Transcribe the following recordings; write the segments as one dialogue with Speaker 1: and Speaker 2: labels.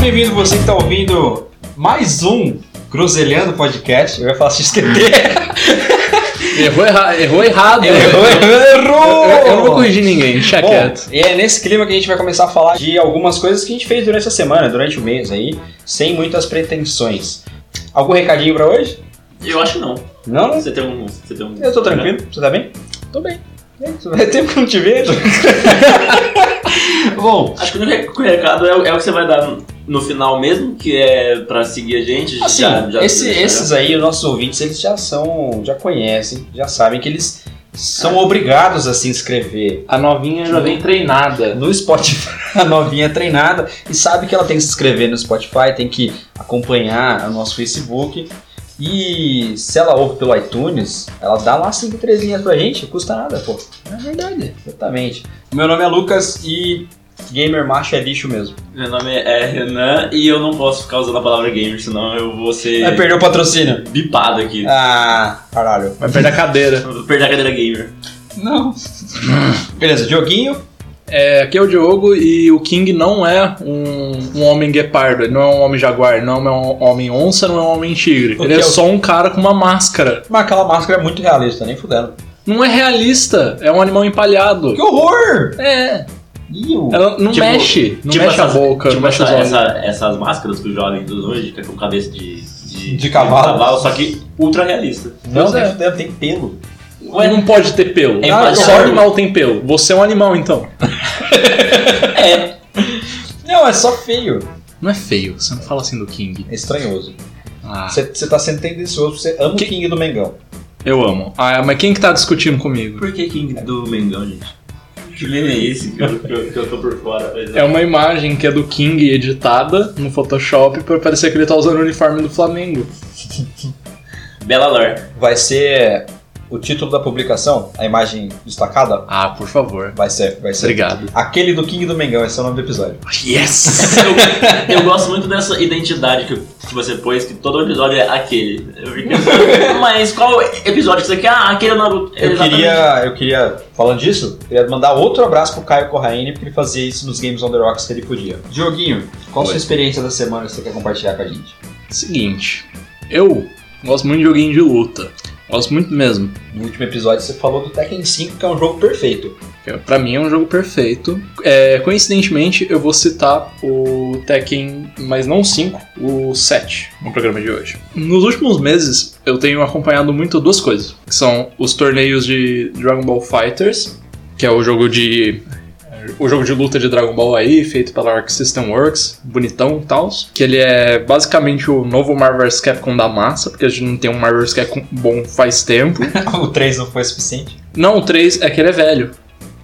Speaker 1: bem-vindo você que está ouvindo mais um Groselhando Podcast. Eu ia falar XQT.
Speaker 2: Errou, erra- errou errado.
Speaker 1: Errou,
Speaker 2: velho.
Speaker 1: errou!
Speaker 2: Eu, eu não vou corrigir ninguém, deixa
Speaker 1: Bom,
Speaker 2: quieto.
Speaker 1: E é nesse clima que a gente vai começar a falar de algumas coisas que a gente fez durante a semana, durante o mês aí, sem muitas pretensões. Algum recadinho pra hoje?
Speaker 3: Eu acho que não.
Speaker 1: Não?
Speaker 3: Você tem um. Você tem um
Speaker 1: Eu tô tranquilo. Você tá bem?
Speaker 2: Tô bem.
Speaker 1: É tempo que eu não te vejo. Bom,
Speaker 3: Acho que o único recado é, o- é o que você vai dar no final mesmo, que é pra seguir a gente.
Speaker 2: Ah,
Speaker 1: assim,
Speaker 3: já, já-
Speaker 1: esse-
Speaker 2: né?
Speaker 3: já-
Speaker 1: esses aí, os nossos ouvintes, eles já são, já conhecem, já sabem que eles são obrigados a se inscrever
Speaker 2: A novinha já vem treinada.
Speaker 1: no Spotify, a novinha é treinada e sabe que ela tem que se inscrever no Spotify, tem que acompanhar o nosso Facebook. E se ela ouve pelo iTunes, ela dá lá cinco estrelinhas pra gente, não custa nada, pô. É verdade. Exatamente. Meu nome é Lucas e gamer macho é lixo mesmo.
Speaker 3: Meu nome é Renan e eu não posso ficar usando a palavra gamer, senão eu vou ser
Speaker 2: É,
Speaker 1: Vai perder o patrocínio.
Speaker 3: bipado aqui.
Speaker 1: Ah, caralho.
Speaker 2: Vai perder a cadeira.
Speaker 3: Eu Vou perder a cadeira gamer.
Speaker 1: Não. Beleza, Dioguinho.
Speaker 2: É, aqui é o Diogo e o King não é um, um homem guepardo, ele não é um homem jaguar, não é um homem onça, não é um homem tigre.
Speaker 1: O que
Speaker 2: Ele é
Speaker 1: é o-
Speaker 2: só um cara com uma máscara.
Speaker 1: Mas aquela máscara é muito realista, nem fudendo.
Speaker 2: Não é realista, é um animal empalhado.
Speaker 1: Que horror!
Speaker 2: É,
Speaker 1: Iu.
Speaker 2: ela não
Speaker 3: Tipo-
Speaker 2: mexe, não mexe a boca,
Speaker 3: tipo
Speaker 2: não mexe os
Speaker 3: essa-
Speaker 2: olhos.
Speaker 3: essa- essas máscaras que os jovens usam hoje, que é com cabeça de. De,
Speaker 1: De cavalo.
Speaker 3: só que ultra realista.
Speaker 1: Não,
Speaker 2: Pois é.
Speaker 1: nem fudendo, tem pelo.
Speaker 2: Ué, não pode ter pelo.
Speaker 3: É
Speaker 2: Ah,
Speaker 3: empalhado.
Speaker 2: só animal tem pelo. Você é um animal então.
Speaker 1: Não, é só feio.
Speaker 2: Não é feio, você não fala assim do King.
Speaker 1: É estranhoso.
Speaker 2: Ah.
Speaker 1: Você tá sendo tendencioso, você ama
Speaker 2: Que-
Speaker 1: o King do Mengão.
Speaker 2: Eu amo. Ah, mas quem que tá discutindo comigo?
Speaker 3: Por que King do Mengão, gente? Que meme é esse que eu, que eu- que eu tô por fora? mas
Speaker 2: É uma imagem que é do King editada no Photoshop pra parecer que ele tá usando o uniforme do Flamengo.
Speaker 3: Bela lore.
Speaker 1: Vai ser o título da publicação, a imagem destacada,
Speaker 2: Ah, por favor.
Speaker 1: vai ser, vai ser.
Speaker 2: Obrigado.
Speaker 1: Aquele do King do Mengão, esse é o nome do episódio.
Speaker 2: Yes!
Speaker 3: Eu, eu gosto muito dessa identidade que, que você pôs, que todo episódio é aquele. Eu fico pensando, mas qual episódio que você quer? Ah, aquele é o Naruto.
Speaker 1: Eu
Speaker 3: Exatamente.
Speaker 1: queria, eu queria, falando disso, queria mandar outro abraço pro Caio Corraine, porque ele fazia isso nos Games on the Rocks que ele podia. Dioguinho, qual a
Speaker 2: Oi.
Speaker 1: sua experiência da semana que você quer compartilhar com a gente?
Speaker 2: Seguinte, eu gosto muito de joguinho de luta. Gosto muito mesmo.
Speaker 1: No último episódio você falou do Tekken 5, que é um jogo perfeito.
Speaker 2: É, Pra mim é um jogo perfeito. É, coincidentemente, eu vou citar o Tekken, mas não o 5, o 7 no programa de hoje. Nos últimos meses, eu tenho acompanhado muito duas coisas, que são os torneios de Dragon Ball Fighters, que é o jogo de o jogo de luta de Dragon Ball aí, feito pela Arc System Works, bonitão e tal. Que ele é basicamente o novo Marvel vs Capcom da massa, porque a gente não tem um Marvel vs Capcom bom faz tempo.
Speaker 1: o 3 não foi suficiente.
Speaker 2: Não, o 3 é que ele é velho.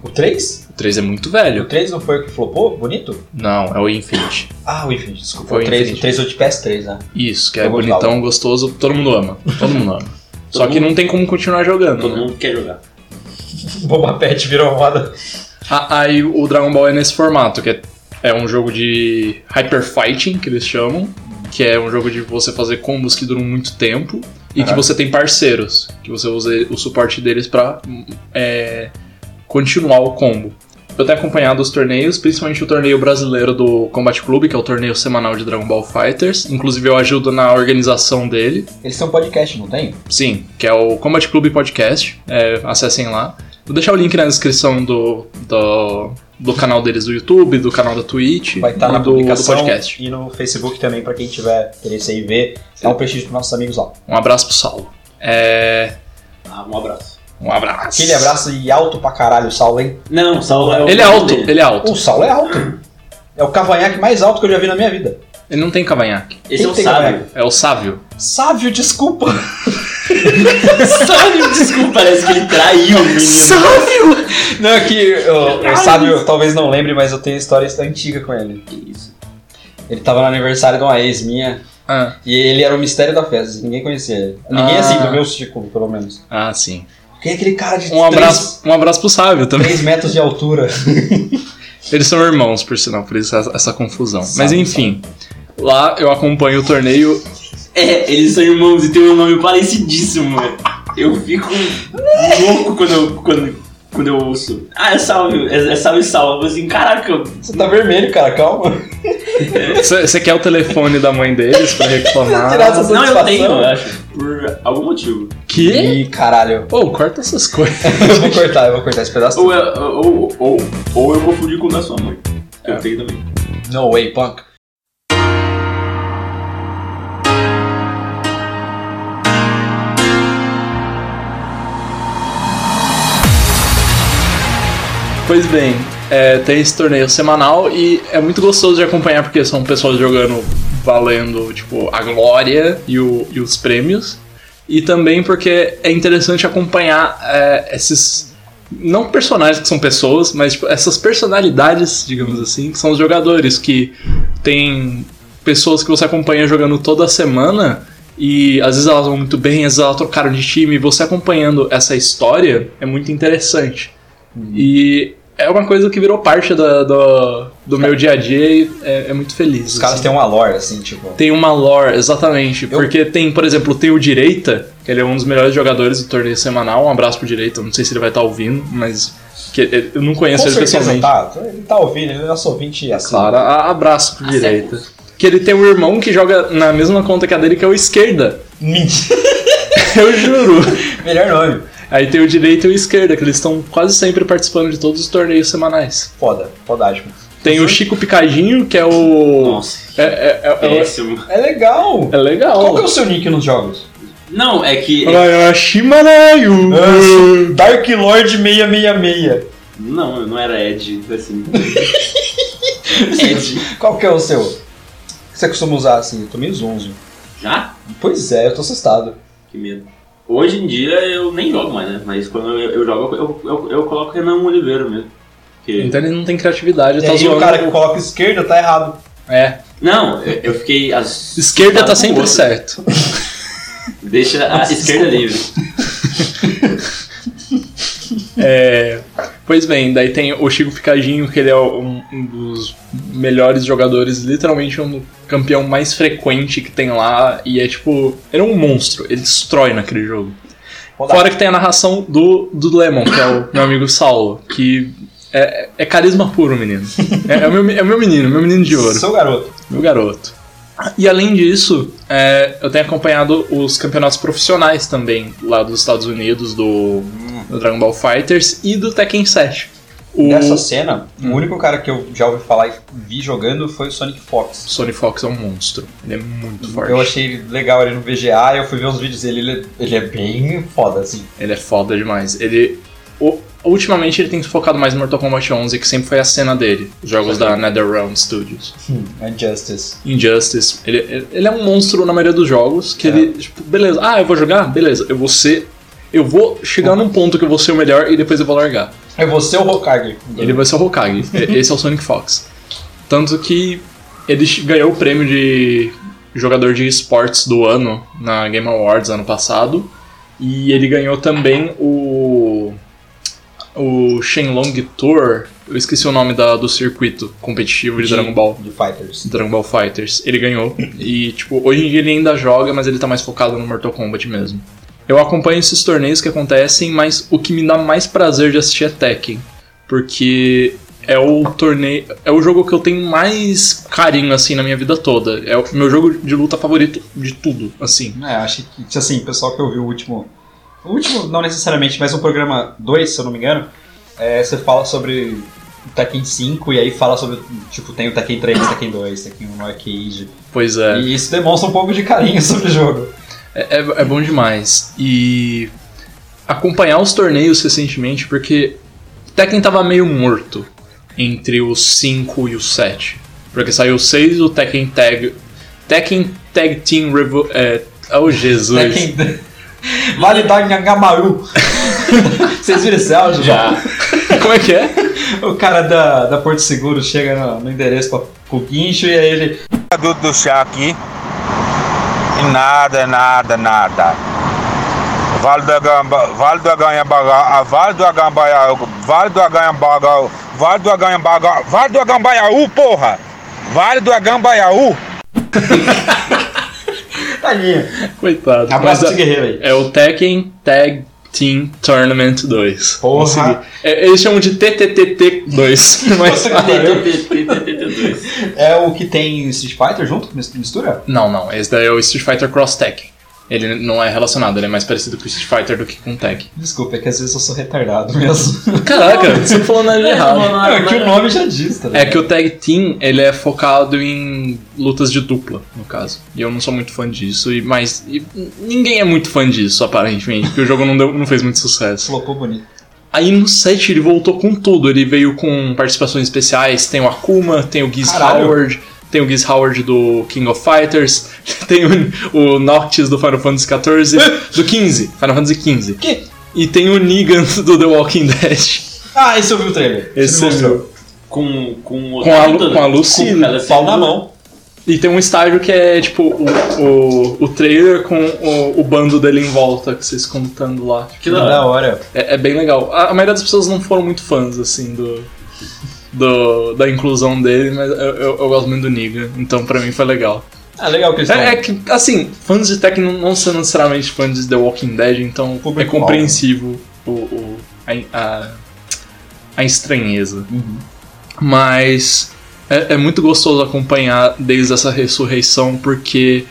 Speaker 1: O 3?
Speaker 2: O 3 é muito velho.
Speaker 1: O 3 não foi o que flopou? Bonito?
Speaker 2: Não, é o Infinite.
Speaker 1: Ah, o Infinity, desculpa.
Speaker 2: Foi
Speaker 1: o 3,
Speaker 2: Infinity.
Speaker 1: o 3 é o de PS3, né?
Speaker 2: Isso, que é
Speaker 1: Eu gostava.
Speaker 2: bonitão, gostoso, todo mundo ama. Todo mundo ama. Só
Speaker 3: Todo
Speaker 2: que não tem como continuar jogando.
Speaker 3: Todo
Speaker 2: né?
Speaker 3: mundo quer jogar.
Speaker 1: Boba Pet virou moda.
Speaker 2: A- Ah, Aí o Dragon Ball é nesse formato, que é, é um jogo de Hyper Fighting, que eles chamam. Que é um jogo de você fazer combos que duram muito tempo. E que
Speaker 1: Caraca.
Speaker 2: você tem parceiros. Que você usa o suporte deles pra é, continuar o combo. Eu tenho acompanhado os torneios, principalmente o torneio brasileiro do Combat Club, que é o torneio semanal de Dragon Ball Fighters. Inclusive eu ajudo na organização dele.
Speaker 1: Eles têm um podcast, não tem?
Speaker 2: Sim, que é o Combat Club Podcast. é, acessem lá. Vou deixar o link na descrição do, do, do canal deles do YouTube, do canal da Twitch
Speaker 1: Vai estar
Speaker 2: e
Speaker 1: na
Speaker 2: do, do
Speaker 1: publicação
Speaker 2: podcast.
Speaker 1: e no Facebook também, pra quem tiver interesse aí ver. Dá um prestígio pros nossos amigos lá.
Speaker 2: Um abraço pro Saulo. É,
Speaker 3: Ah, um abraço.
Speaker 2: um abraço.
Speaker 1: Aquele abraço e alto pra caralho o Saulo, hein?
Speaker 3: Não, Saulo é o.
Speaker 2: Ele é alto,
Speaker 3: dele.
Speaker 2: ele é alto.
Speaker 1: O Saulo é alto. É o cavanhaque mais alto que eu já vi na minha vida.
Speaker 2: Ele não tem cavanhaque.
Speaker 3: Esse é o
Speaker 1: Quem tem
Speaker 3: sábio.
Speaker 2: É o sábio.
Speaker 1: Sávio, desculpa.
Speaker 3: sábio, desculpa, parece que ele traiu o menino.
Speaker 2: Sábio!
Speaker 1: Não, é que eu, eu Sávio talvez não lembre, mas eu tenho história antiga com ele.
Speaker 3: Que isso?
Speaker 1: Ele tava no aniversário de uma ex minha
Speaker 2: Ah,
Speaker 1: e ele era o mistério da festa. Ninguém conhecia ele. Ninguém
Speaker 2: Ah.
Speaker 1: assim, do meu círculo, pelo menos.
Speaker 2: ah, sim.
Speaker 1: Porque é aquele cara de
Speaker 2: Um abraço, um abraço pro sábio também.
Speaker 1: 3 metros de altura.
Speaker 2: Eles são irmãos, por sinal, por isso essa, essa confusão.
Speaker 1: Sábio,
Speaker 2: Mas enfim, lá eu acompanho o torneio
Speaker 3: É, eles são irmãos e tem um nome parecidíssimo, mano. Eu fico louco quando eu, quando, quando eu ouço. Ah, é salve, é, é salve, salve. Eu falo assim, caraca,
Speaker 1: Você tá vermelho, cara, calma.
Speaker 2: Você quer o telefone da mãe deles pra
Speaker 1: Tirar
Speaker 2: reclamar?
Speaker 1: essas-
Speaker 3: Não, eu
Speaker 1: Satisfação.
Speaker 3: tenho, eu acho. Por algum motivo.
Speaker 2: Que?
Speaker 1: Ih, caralho.
Speaker 2: Pô, corta essas coisas.
Speaker 1: Eu vou cortar, eu vou cortar esse pedaço.
Speaker 3: Ou, eu- ou, ou, ou eu confundi com o da sua mãe. que
Speaker 2: É.
Speaker 3: Eu tenho também.
Speaker 1: No way, punk.
Speaker 2: Pois bem, é, tem esse torneio semanal e é muito gostoso de acompanhar porque são pessoas jogando valendo, tipo, a glória e, o- e os prêmios. E também porque é interessante acompanhar é, esses. Não personagens que são pessoas, mas tipo, essas personalidades, digamos assim, que são os jogadores, que tem pessoas que você acompanha jogando toda semana e às vezes elas vão muito bem, às vezes elas trocaram de time, e você acompanhando essa história é muito interessante. E é uma coisa que virou parte da- do, do meu dia a dia e é, é muito feliz.
Speaker 1: Os caras
Speaker 2: assim.
Speaker 1: têm uma lore, assim, tipo.
Speaker 2: Tem uma lore, exatamente. Porque tem, por exemplo, tem o Direita, que ele é um dos melhores jogadores do torneio semanal. Um abraço pro Direita, não sei se ele vai estar ouvindo, mas que, ele- eu não conheço
Speaker 1: Com
Speaker 2: ele
Speaker 1: certeza
Speaker 2: pessoalmente.
Speaker 1: tá. Ele tá ouvindo, ele é nosso ouvinte assim.
Speaker 2: Claro, a- abraço pro
Speaker 3: Há
Speaker 2: Direita.
Speaker 3: séculos.
Speaker 2: Que ele tem um irmão que joga na mesma conta que a dele, que é o Esquerda.
Speaker 1: Mentira.
Speaker 2: Eu juro.
Speaker 1: Melhor nome.
Speaker 2: Aí tem o Direita e o Esquerda, que eles estão quase sempre participando de todos os torneios semanais.
Speaker 1: Foda, fodástico.
Speaker 2: Tem
Speaker 1: Uhum.
Speaker 2: o Chico Picadinho, que é o.
Speaker 3: Nossa,
Speaker 2: É, é, é, é,
Speaker 3: péssimo.
Speaker 1: É legal.
Speaker 2: é legal.
Speaker 1: Qual que é o seu nick nos jogos?
Speaker 3: Não, é que.
Speaker 2: Vai, ó,
Speaker 1: Hum.
Speaker 2: Shimanayu.
Speaker 1: Dark Lord 666.
Speaker 3: Não, eu não era Ed, assim. Ed.
Speaker 1: Qual que é o seu? O que Você costuma usar assim? Eu tô meio zonzo.
Speaker 3: Já?
Speaker 1: Pois é, eu tô assustado.
Speaker 3: Que medo. Hoje em dia eu nem jogo mais, né? Mas quando eu, eu jogo, eu, eu, eu coloco Renan Oliveiro mesmo. Que...
Speaker 2: Então ele não tem criatividade,
Speaker 1: É, E
Speaker 2: tá
Speaker 1: aí
Speaker 2: zoando.
Speaker 1: o um cara que coloca esquerda tá errado.
Speaker 2: É,
Speaker 3: Não, eu, eu fiquei. As...
Speaker 2: esquerda tá
Speaker 3: Ah,
Speaker 2: sempre
Speaker 3: outro.
Speaker 2: certo.
Speaker 3: Deixa a esquerda livre.
Speaker 2: É, pois bem, daí tem o Chico Picadinho, que ele é um, um dos melhores jogadores, literalmente um campeão mais frequente que tem lá. E é tipo, ele é um monstro, ele destrói naquele jogo.
Speaker 1: Foda-
Speaker 2: Fora que tá tem a narração do, do Lemon, que é o meu amigo Saulo, que é, é carisma puro, menino. É, é o meu, é o meu menino, meu menino de ouro.
Speaker 1: Seu garoto.
Speaker 2: Meu garoto. E além disso, é, eu tenho acompanhado os campeonatos profissionais também, lá dos Estados Unidos, do, do Dragon Ball Fighters e do Tekken 7. O
Speaker 1: Nessa cena, o único cara que eu já ouvi falar e vi jogando foi o Sonic Fox.
Speaker 2: Sony Fox é um monstro. Ele é muito forte.
Speaker 1: Eu achei legal ele no VGA, eu fui ver uns vídeos dele, ele, ele é bem foda, assim.
Speaker 2: Ele é foda demais. Ele. o- ultimamente ele tem se focado mais no Mortal Kombat 11, que sempre foi a cena dele. Os jogos da NetherRealm Studios.
Speaker 1: Hum, Injustice.
Speaker 2: Injustice. Ele- Ele, ele é um monstro na maioria dos jogos. Que
Speaker 1: É.
Speaker 2: ele, tipo, beleza, ah, eu vou jogar? Beleza, eu vou ser. Eu vou chegar num ponto que eu vou ser o melhor e depois eu vou largar.
Speaker 1: É você ou o Hokage?
Speaker 2: Ele vai ser o Hokage. E- Esse é o Sonic Fox. Tanto que ele ch- ganhou o prêmio de jogador de esportes do ano na Game Awards ano passado. E ele ganhou também o. O Shenlong Tour. Eu esqueci o nome da- do circuito competitivo de Dragon Ball.
Speaker 1: De Fighters.
Speaker 2: Dragon Ball Fighters. Ele ganhou. E, tipo, hoje em dia ele ainda joga, mas ele tá mais focado no Mortal Kombat mesmo. Eu acompanho esses torneios que acontecem, mas o que me dá mais prazer de assistir é Tekken. Porque é o torneio. É o jogo que eu tenho mais carinho, assim, na minha vida toda. É o meu jogo de luta favorito de tudo, assim.
Speaker 1: É, acho que, assim, o pessoal que ouviu o último. O último, não necessariamente, mas um programa 2, se eu não me engano. é, você fala sobre o Tekken 5 e aí fala sobre. Tipo, tem o Tekken 3, Tekken 2, Tekken 1 no Arcade.
Speaker 2: Pois é.
Speaker 1: E isso demonstra um pouco de carinho sobre o jogo.
Speaker 2: É, é- é bom demais. E acompanhar os torneios recentemente, porque Tekken tava meio morto entre o 5 e o 7. Porque saiu o 6, o Tekken Tag. Tekken Tag Team Revo. É, oh, Jesus.
Speaker 1: Tekken. vale da Nhangamaru. Vocês viram esse áudio?
Speaker 3: Já.
Speaker 2: Como é que é?
Speaker 1: O cara da, da Porto Seguro chega no, no endereço pra, pro guincho e aí ele.
Speaker 4: adulto do chá aqui. E nada, nada, nada. Vale do Agamba, Vale do Agambaiaú, Vale do Agambaiaú, Vale do Agambaiaú, Vale do Agambaiaú, Vale do Agambaiaú, porra! Vale do Agambaiaú!
Speaker 1: Tadinho.
Speaker 2: Coitado.
Speaker 1: Abraço
Speaker 2: Mas
Speaker 1: desse guerreiro aí.
Speaker 2: é, é o é Tekken Tag Team Tournament 2.
Speaker 1: Porra.
Speaker 2: Consegui. É, eles chamam de TTTT 2. Mas...
Speaker 3: TTT2.
Speaker 1: É o que tem Street Fighter junto? mis- Mistura?
Speaker 2: Não, não. Esse daí é o Street Fighter Cross Tekken. Ele não é relacionado, ele é mais parecido com o Street Fighter do que com o Tekken.
Speaker 1: Desculpa, é que às vezes eu sou retardado mesmo.
Speaker 2: Caraca, você não falou nada de errado.
Speaker 1: Não, é que o nome já diz, tá
Speaker 2: É que o Tag Team, ele é focado em lutas de dupla, no caso. E eu não sou muito fã disso, e- mas e ninguém é muito fã disso, aparentemente, porque o jogo não, deu- não fez muito sucesso.
Speaker 1: Flopou bonito.
Speaker 2: Aí no 7 ele voltou com tudo. Ele veio com participações especiais. Tem o Akuma, tem o Giz
Speaker 1: Caralho.
Speaker 2: Howard, tem o Giz Howard do King of Fighters, tem o, o Noctis do Final Fantasy XIV, do 15, Final Fantasy XV.
Speaker 1: Que?
Speaker 2: E tem o Negan do The Walking Dead.
Speaker 1: Ah, esse eu vi o trailer.
Speaker 2: Esse
Speaker 1: Você me mostrou.
Speaker 2: viu.
Speaker 3: Com, com, o
Speaker 2: Com a Lu-
Speaker 3: Naruto, né?
Speaker 2: com a Lucy,
Speaker 3: Com ela
Speaker 1: Pau
Speaker 3: sendo-
Speaker 1: na mão.
Speaker 2: E tem um estágio que é tipo o, o, o trailer com o, o bando dele em volta, que vocês contando lá.
Speaker 3: Que
Speaker 1: Que
Speaker 3: da hora.
Speaker 1: da hora.
Speaker 2: É, é bem legal. A, a maioria das pessoas não foram muito fãs, assim, do, do- da inclusão dele, mas eu, eu- eu gosto muito do Niga, então pra mim foi legal.
Speaker 1: Ah, legal que eles
Speaker 2: É, é
Speaker 1: estão.
Speaker 2: que, assim, fãs de Tekken não, não são necessariamente fãs de The Walking Dead, então é
Speaker 1: Público-alvo.
Speaker 2: compreensível o, o- a, a, a estranheza.
Speaker 1: Uhum.
Speaker 2: Mas é, é muito gostoso acompanhar desde essa ressurreição, porque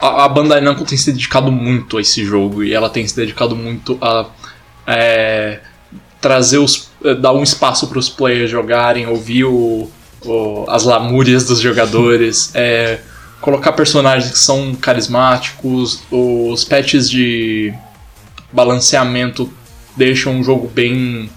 Speaker 2: a, a Bandai Namco tem se dedicado muito a esse jogo e ela tem se dedicado muito a é, trazer os. eh, dar um espaço para os players jogarem, ouvir o- o- as lamúrias dos jogadores, é, colocar personagens que são carismáticos, os patches de balanceamento deixam o jogo bem.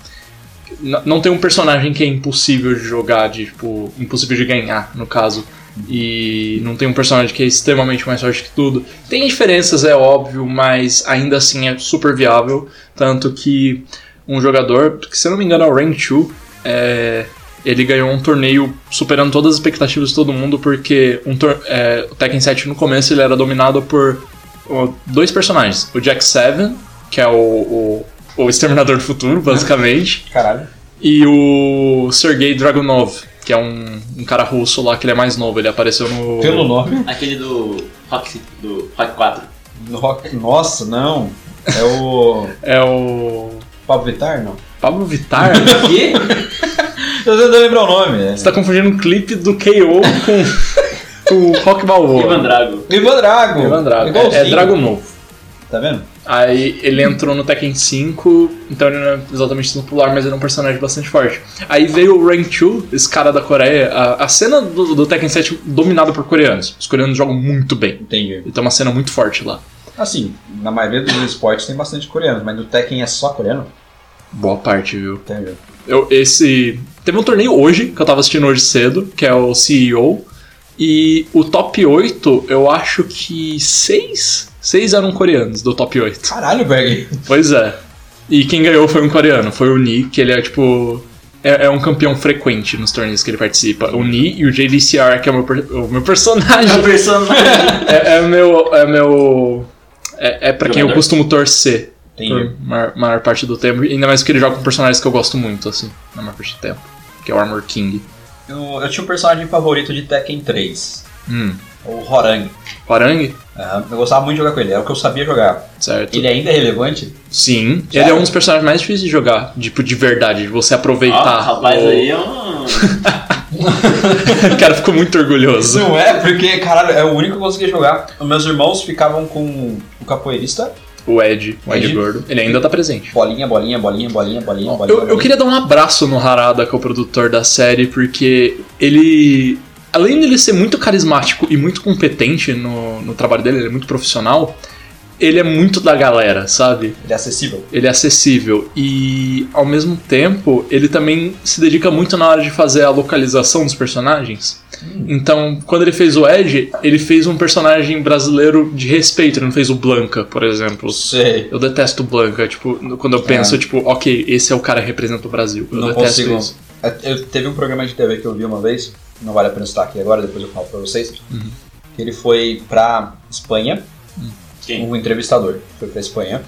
Speaker 2: N- Não tem um personagem que é impossível de jogar, de, tipo, impossível de ganhar, no caso. E não tem um personagem que é extremamente mais forte que tudo. Tem diferenças, é óbvio, mas ainda assim é super viável. Tanto que um jogador, que se eu não me engano é o Rank 2, é, ele ganhou um torneio superando todas as expectativas de todo mundo, porque um tor- é, o Tekken 7 no começo ele era dominado por ó, dois personagens: o Jack Seven, que é o, o, o Exterminador do Futuro, basicamente.
Speaker 1: Caralho.
Speaker 2: E o Sergei Dragunov, que é um, um cara russo lá, que ele é mais novo, ele apareceu no.
Speaker 1: Pelo nome?
Speaker 3: Aquele do Rock, do Rock 4.
Speaker 1: do Rock. Nossa, não. É o.
Speaker 2: É o.
Speaker 1: Pablo Vittar, não?
Speaker 2: Pablo Vittar?
Speaker 3: Que?
Speaker 1: Eu tento lembrar o nome. é.
Speaker 2: Você tá confundindo um clipe do KO com, com o Rock
Speaker 3: Ivan
Speaker 2: Balboa.
Speaker 3: Drago.
Speaker 1: Ivan Drago.
Speaker 2: Ivan Drago. É, é
Speaker 1: Igualzinho.
Speaker 2: Dragunov.
Speaker 1: Tá vendo?
Speaker 2: Aí ele entrou no Tekken 5, então ele não é exatamente tão popular, mas ele é um personagem bastante forte. Aí veio o Rank 2, esse cara da Coreia. A, a cena do, do Tekken 7 dominada por coreanos. Os coreanos jogam muito bem.
Speaker 1: Entendi.
Speaker 2: E tem uma cena muito forte lá.
Speaker 1: Assim, na maioria dos esportes tem bastante coreano, mas no Tekken é só coreano?
Speaker 2: Boa parte, viu?
Speaker 1: Entendeu?
Speaker 2: Eu, esse. Teve um torneio hoje, que eu tava assistindo hoje cedo, que é o CEO. E o top 8, eu acho que 6? 6 eram coreanos do top 8.
Speaker 1: Caralho, Berg.
Speaker 2: Pois é. E quem ganhou foi um coreano, foi o Ni, que ele é tipo. É, é um campeão frequente nos torneios que ele participa. O Ni e o JDCR, que é o meu, per- o meu personagem.
Speaker 3: A personagem.
Speaker 2: é, é meu. É meu. É, é pra quem eu
Speaker 3: Jogador.
Speaker 2: costumo torcer
Speaker 1: Entendi.
Speaker 2: por maior, maior parte do tempo. Ainda mais porque ele joga com personagens que eu gosto muito, assim, na maior parte do tempo. Que é o Armor King.
Speaker 1: Eu, eu tinha um personagem favorito de Tekken 3.
Speaker 2: Hum.
Speaker 1: O Horang.
Speaker 2: O Arang?
Speaker 1: Ah, eu gostava muito de jogar com ele, era o que eu sabia jogar.
Speaker 2: Certo.
Speaker 1: Ele ainda é relevante?
Speaker 2: Sim.
Speaker 1: Já
Speaker 2: Ele é
Speaker 1: era.
Speaker 2: um dos personagens mais difíceis de jogar, tipo, de verdade, de você
Speaker 3: Ó,
Speaker 2: aproveitar.
Speaker 3: rapaz
Speaker 2: o...
Speaker 3: aí é um.
Speaker 2: o cara ficou muito orgulhoso.
Speaker 1: Não é, porque, caralho, é o único que eu conseguia jogar. Os meus irmãos ficavam com o capoeirista.
Speaker 2: O Ed, o Ed
Speaker 1: Ed.
Speaker 2: Gordo. Ele ainda tá presente.
Speaker 1: Bolinha, bolinha, bolinha, bolinha, bolinha, bolinha.
Speaker 2: Eu, eu
Speaker 1: bolinha.
Speaker 2: queria dar um abraço no Harada, que é o produtor da série, porque ele. Além dele ser muito carismático e muito competente no, no trabalho dele, ele é muito profissional, ele é muito da galera, sabe?
Speaker 1: Ele é acessível.
Speaker 2: ele é acessível e ao mesmo tempo ele também se dedica muito na hora de fazer a localização dos personagens. Então, quando ele fez o Ed, ele fez um personagem brasileiro de respeito, ele não fez o Blanca, por exemplo.
Speaker 1: Sei.
Speaker 2: Eu detesto o Blanca, tipo, no- quando eu penso, tipo, ok, esse é o cara que representa o Brasil. Eu
Speaker 1: Não
Speaker 2: detesto
Speaker 1: consigo.
Speaker 2: isso.
Speaker 1: Eu- Eu, teve um programa de TV que eu vi uma vez, não vale a pena citar aqui agora, depois eu falo pra vocês.
Speaker 2: Uhum.
Speaker 1: Que ele foi pra Espanha,
Speaker 3: Quem?
Speaker 1: um entrevistador foi pra Espanha.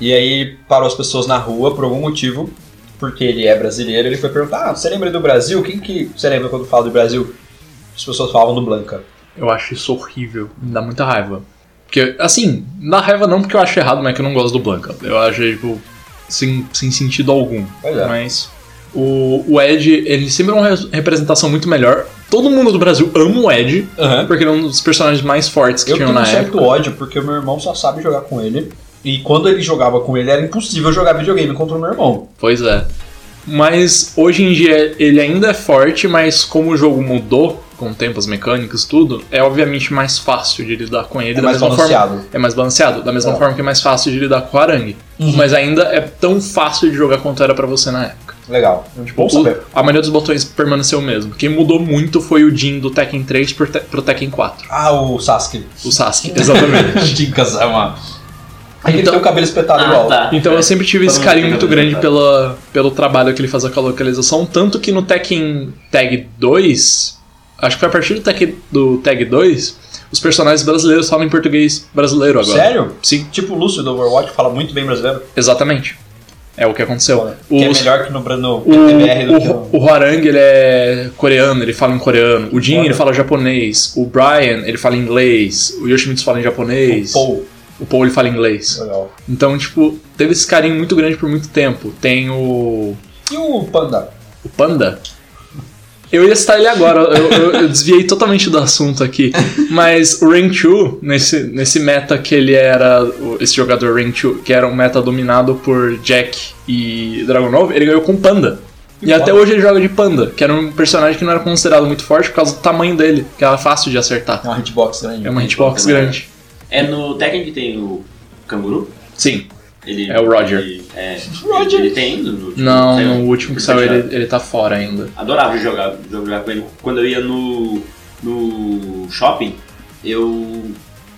Speaker 1: E aí parou as pessoas na rua por algum motivo, porque ele é brasileiro, ele foi perguntar: Ah, você lembra do Brasil? Quem que você lembra quando fala do Brasil? As pessoas falavam do Blanca.
Speaker 2: Eu acho isso horrível, me dá muita raiva. Porque, assim, na raiva não porque eu acho errado, mas é que eu não gosto do Blanca. Eu acho, tipo, sem, sem sentido algum.
Speaker 1: Pois é.
Speaker 2: Mas o, o Ed, ele sempre é uma re- representação muito melhor. Todo mundo do Brasil ama o Ed,
Speaker 1: Aham.
Speaker 2: porque ele é um dos personagens mais fortes que
Speaker 1: Eu
Speaker 2: tinham
Speaker 1: tenho
Speaker 2: na
Speaker 1: um certo
Speaker 2: época.
Speaker 1: ódio porque o meu irmão só sabe jogar com ele. E quando ele jogava com ele, era impossível jogar videogame contra o meu irmão.
Speaker 2: Pois é. Mas hoje em dia ele ainda é forte, mas como o jogo mudou com o tempo, as mecânicas, tudo, é obviamente mais fácil de lidar com ele
Speaker 1: É
Speaker 2: da
Speaker 1: mais
Speaker 2: mesma
Speaker 1: balanceado.
Speaker 2: forma. É mais balanceado, da mesma
Speaker 1: É. Uhum.
Speaker 2: forma que é mais fácil de lidar com o Arangue. Mas ainda é tão fácil de jogar quanto era pra você na época.
Speaker 1: Legal. Bom
Speaker 2: tipo, O-
Speaker 1: saber.
Speaker 2: a maioria dos botões permaneceu o mesmo. Quem mudou muito foi o Jin do Tekken 3 pro, Te- pro Tekken 4.
Speaker 1: Ah, o Sasuke.
Speaker 2: O Sasuke, exatamente.
Speaker 1: Dicas, é uma. É Ele
Speaker 2: Então-
Speaker 1: tem o cabelo espetado igual.
Speaker 3: Ah, tá.
Speaker 2: Então eu sempre tive esse
Speaker 3: Todo mundo
Speaker 2: carinho
Speaker 3: tem
Speaker 2: muito
Speaker 3: cabelo
Speaker 2: grande pela, pelo trabalho que ele fazia com a localização. Tanto que no Tekken Tag 2, acho que foi a partir do Tekken do Tag 2, os personagens brasileiros falam em português brasileiro agora.
Speaker 1: Sério?
Speaker 2: Sim,
Speaker 1: Tipo o Lúcio do Overwatch fala muito bem brasileiro.
Speaker 2: exatamente. É o que aconteceu.
Speaker 1: Que é
Speaker 2: Os-
Speaker 1: melhor que é no, no
Speaker 2: O,
Speaker 1: PTBR do que
Speaker 2: o,
Speaker 1: no.
Speaker 2: o Huarang, ele é coreano, ele fala em coreano. O Jin,
Speaker 1: Olha.
Speaker 2: ele fala japonês. O Brian, ele fala inglês. O Yoshimitsu fala em japonês.
Speaker 1: O Paul.
Speaker 2: O Paul, ele fala inglês.
Speaker 1: Legal.
Speaker 2: Então, tipo, teve esse carinho muito grande por muito tempo. Tem o,
Speaker 1: E o Panda?
Speaker 2: o Panda. Eu ia citar ele agora, eu, eu- eu desviei totalmente do assunto aqui. Mas o Rank 2, nesse, nesse meta que ele era, o- esse jogador Rank 2, que era um meta dominado por Jack e Dragonov, ele ganhou com o Panda. E até hoje ele joga de Panda, que era um personagem que não era considerado muito forte por causa do tamanho dele, que era fácil de acertar.
Speaker 1: É uma hitbox grande.
Speaker 2: É uma hitbox grande.
Speaker 3: É no Tekken que tem o canguru?
Speaker 2: Sim.
Speaker 3: Ele,
Speaker 2: É o Roger.
Speaker 3: Ele, é,
Speaker 1: Roger.
Speaker 3: Ele tem no, no-
Speaker 2: Não,
Speaker 3: saiu-
Speaker 2: no último que saiu ele, ele tá fora ainda.
Speaker 3: Adorava jogar, jogar com ele. Quando eu ia no, no shopping, eu,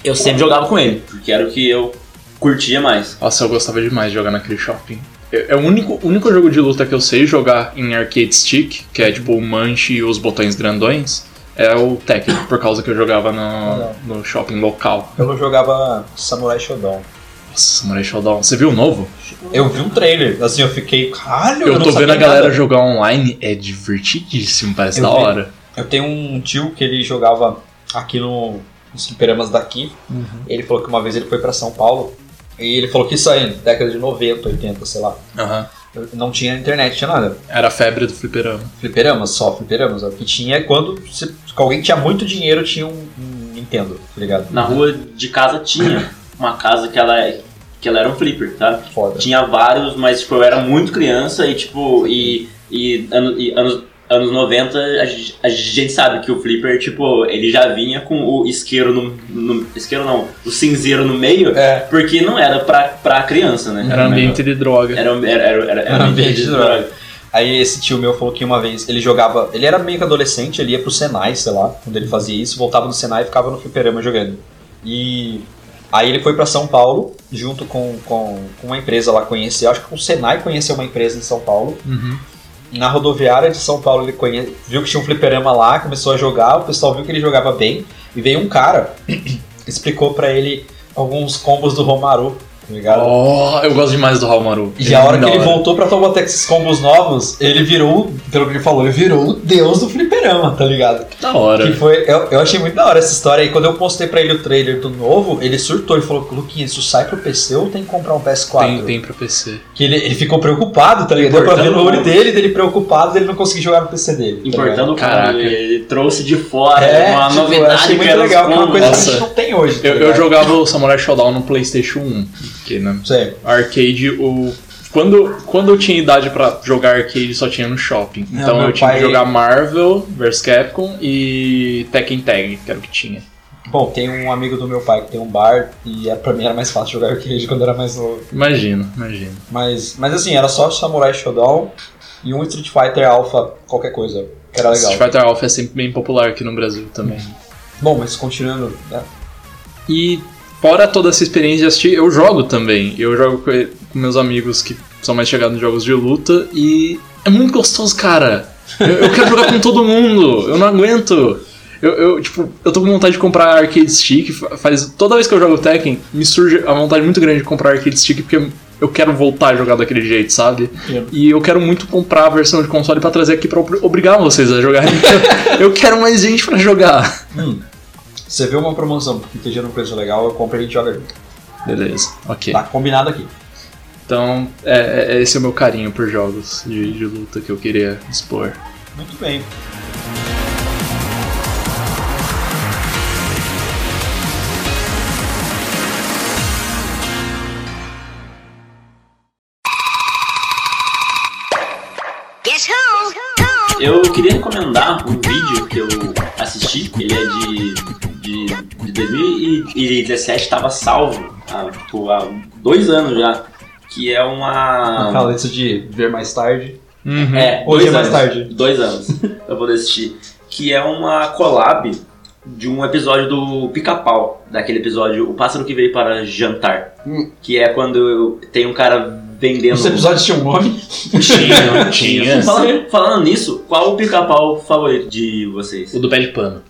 Speaker 3: eu sempre jogava com ele, porque era o que eu curtia mais.
Speaker 2: Nossa, eu gostava demais de jogar naquele shopping. É é o único, o único jogo de luta que eu sei jogar em arcade stick, que é tipo o manche e os botões grandões, é o Tekken, por causa que eu jogava no, no shopping local.
Speaker 1: Eu jogava Samurai Shodown.
Speaker 2: Nossa, Samurai Shodown. Você viu o novo?
Speaker 1: Eu vi um trailer, assim, eu fiquei. Caralho,
Speaker 2: Eu
Speaker 1: não
Speaker 2: tô vendo
Speaker 1: sabia
Speaker 2: a galera
Speaker 1: nada."
Speaker 2: jogar online, é divertidíssimo, parece
Speaker 1: Eu
Speaker 2: da
Speaker 1: vi.
Speaker 2: hora.
Speaker 1: Eu tenho um tio que ele jogava aqui no, nos fliperamas daqui.
Speaker 2: Uhum.
Speaker 1: Ele falou que uma vez ele foi pra São Paulo. E ele falou que isso aí, década de 90, 80, sei lá.
Speaker 2: Aham.
Speaker 1: Eu- Não tinha internet, tinha nada.
Speaker 2: Era a febre do fliperama.
Speaker 1: Fliperamas, só fliperamas. O que tinha é quando se, alguém tinha muito dinheiro, tinha um, um Nintendo, tá ligado?
Speaker 3: Na rua de casa tinha uma casa que ela, que ela era um flipper, sabe?
Speaker 1: Foda.
Speaker 3: Tinha vários, mas tipo, eu era muito criança e tipo, e, e, ano- e anos, anos 90 a gente, a gente sabe que o Flipper, tipo, ele já vinha com o isqueiro no. no isqueiro não, o cinzeiro no meio,
Speaker 1: É.
Speaker 3: porque não era pra, pra criança,
Speaker 1: Uhum.
Speaker 3: né?
Speaker 2: Era ambiente de droga.
Speaker 3: Era, era, era, era, um
Speaker 1: Era ambiente de droga.
Speaker 3: droga.
Speaker 1: Aí esse tio meu falou que uma vez ele jogava. Ele era meio que adolescente, ele ia pro Senai, sei lá, quando ele fazia isso, voltava no Senai e ficava no fliperama jogando. E aí ele foi pra São Paulo, junto com, com, com uma empresa lá conhecer, acho que o Senai conheceu uma empresa em São Paulo.
Speaker 2: Uhum.
Speaker 1: Na rodoviária de São Paulo ele conhe... viu que tinha um fliperama lá, começou a jogar, o pessoal viu que ele jogava bem, e veio um cara, explicou pra ele alguns combos do Romaru, tá ligado?
Speaker 2: Oh, eu gosto demais do Halmaru.
Speaker 1: E a hora que
Speaker 2: Da
Speaker 1: ele voltou pra Taubaté com esses combos novos, ele virou, pelo que ele falou, ele virou o deus do fliperama, tá ligado?
Speaker 2: Da hora.
Speaker 1: Que foi, eu, eu achei muito da hora essa história. E quando eu postei pra ele o trailer do novo, ele surtou e falou: Luquinhas, isso sai pro PC ou tem que comprar um PS4?
Speaker 2: Tem, tem pra PC.
Speaker 1: Que ele, ele ficou preocupado, tá ligado? Deu pra ver no
Speaker 3: Importando
Speaker 1: olho
Speaker 3: o-
Speaker 1: dele, dele preocupado, ele não conseguir jogar no PC dele. tá ligado?
Speaker 3: Importando o
Speaker 2: Caraca.
Speaker 3: cara, ele trouxe de fora
Speaker 1: é,
Speaker 3: uma
Speaker 1: tipo, eu
Speaker 3: novidade
Speaker 1: achei
Speaker 3: que
Speaker 1: muito
Speaker 3: era os
Speaker 1: legal, que é uma coisa
Speaker 3: combos.
Speaker 1: que a gente
Speaker 2: Nossa.
Speaker 1: não tem hoje. Tá
Speaker 2: Eu, eu
Speaker 1: ligado?
Speaker 2: jogava o Samurai Shodown no PlayStation 1, que na
Speaker 1: Sei.
Speaker 2: arcade, o. Quando, quando eu tinha idade pra jogar arcade, só tinha no shopping.
Speaker 1: Não,
Speaker 2: então
Speaker 1: meu
Speaker 2: eu tinha que
Speaker 1: pai-
Speaker 2: jogar Marvel vs Capcom e Tekken Tag, que era o que tinha.
Speaker 1: Bom, tem um amigo do meu pai que tem um bar e é, pra mim era mais fácil jogar arcade quando eu era mais novo.
Speaker 2: Imagino, imagino.
Speaker 1: Mas, mas assim, era só Samurai Shodown e um Street Fighter Alpha, qualquer coisa, que era legal.
Speaker 2: Street Fighter Alpha é sempre bem popular aqui no Brasil também.
Speaker 1: Bom, mas continuando, né?
Speaker 2: E fora toda essa experiência de assistir, eu jogo também. Eu jogo com, com meus amigos que são mais chegados em jogos de luta e é muito gostoso, cara. Eu, eu quero jogar com todo mundo, eu não aguento. Eu, eu, tipo, eu tô com vontade de comprar arcade stick. fa- Faz, toda vez que eu jogo Tekken, me surge a vontade muito grande de comprar arcade stick porque eu quero voltar a jogar daquele jeito, sabe?
Speaker 1: Entendo.
Speaker 2: E eu quero muito comprar a versão de console pra trazer aqui pra obri- obrigar vocês a jogarem. eu quero mais gente pra jogar.
Speaker 1: Você vê uma promoção que esteja num preço legal, eu compro e a gente joga junto.
Speaker 2: Beleza, ok.
Speaker 1: Tá combinado aqui.
Speaker 2: Então, é, é- esse é o meu carinho por jogos de, de luta que eu queria expor.
Speaker 1: Muito bem.
Speaker 5: Guess who?
Speaker 3: Eu queria recomendar um vídeo que eu assisti, ele é de, de, de 2017, tava salvo há, tipo, há dois anos já, que é
Speaker 1: Ah,
Speaker 3: uma...
Speaker 1: Fala isso de ver mais tarde.
Speaker 3: É,
Speaker 1: Hoje
Speaker 3: dois
Speaker 1: é mais
Speaker 3: anos,
Speaker 1: tarde.
Speaker 3: Dois anos pra poder assistir, que é uma collab de um episódio do Pica-Pau, daquele episódio O Pássaro que Veio para Jantar,
Speaker 1: Hum.
Speaker 3: que é quando tem um cara vendendo...
Speaker 1: Esse episódio tinha um nome?
Speaker 6: Tinha, tinha.
Speaker 3: Falando, falando nisso, qual o pica-pau favorito de vocês?
Speaker 6: O do pé de pano.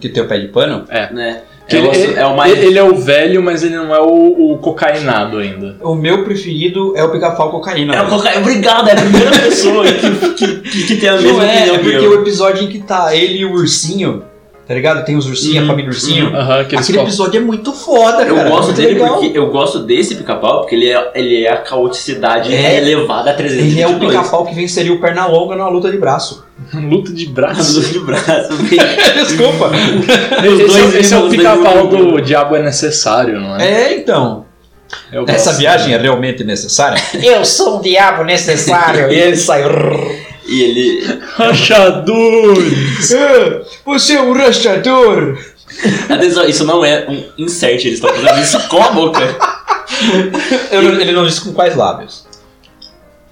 Speaker 1: Que tem o pé de pano?
Speaker 3: né?
Speaker 2: Que
Speaker 3: Eu
Speaker 2: ele,
Speaker 3: gosto-
Speaker 2: ele-
Speaker 3: é o mais.
Speaker 2: ele é o velho, mas ele não é o, o cocainado ainda.
Speaker 1: O meu preferido é o pica-pau cocaína.
Speaker 3: é o
Speaker 1: velho.
Speaker 3: coca... Obrigado, é a primeira pessoa que, que, que- que tem a
Speaker 1: Não
Speaker 3: mesma
Speaker 1: é, é
Speaker 3: opinião que
Speaker 1: porque
Speaker 3: eu.
Speaker 1: o episódio em que tá ele e o ursinho, tá ligado? Tem os ursinhos,
Speaker 3: Uhum,
Speaker 1: a família ursinho.
Speaker 2: Aham, que eles
Speaker 1: Aquele
Speaker 2: falam.
Speaker 1: episódio é muito foda,
Speaker 3: Eu
Speaker 1: cara.
Speaker 3: gosto
Speaker 1: muito
Speaker 3: dele
Speaker 1: legal.
Speaker 3: porque eu gosto desse pica-pau porque ele é, ele é a caoticidade
Speaker 1: É.
Speaker 3: elevada a 322.
Speaker 1: Ele é o pica-pau que venceria o Pernalonga numa luta de braço.
Speaker 2: Luta de braço.
Speaker 3: Azul de braço, velho.
Speaker 1: Desculpa.
Speaker 3: Uhum.
Speaker 2: Esse,
Speaker 3: Os dois
Speaker 2: é- esse é o
Speaker 3: irmãos
Speaker 2: pica-pau
Speaker 3: dele.
Speaker 2: do Diabo é Necessário, não é?
Speaker 1: É, então.
Speaker 2: Eu
Speaker 1: Essa
Speaker 2: gosto.
Speaker 1: viagem é realmente necessária?
Speaker 5: Eu sou um diabo necessário.
Speaker 1: e ele sai. "Rrr".
Speaker 3: E ele.
Speaker 2: Rachador!
Speaker 1: "Ah, Você é um rachador!
Speaker 3: Atenção, isso não é um insert, eles estão fazendo isso com a boca.
Speaker 1: Eu não- ele não disse com quais lábios.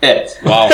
Speaker 3: É.
Speaker 6: Uau.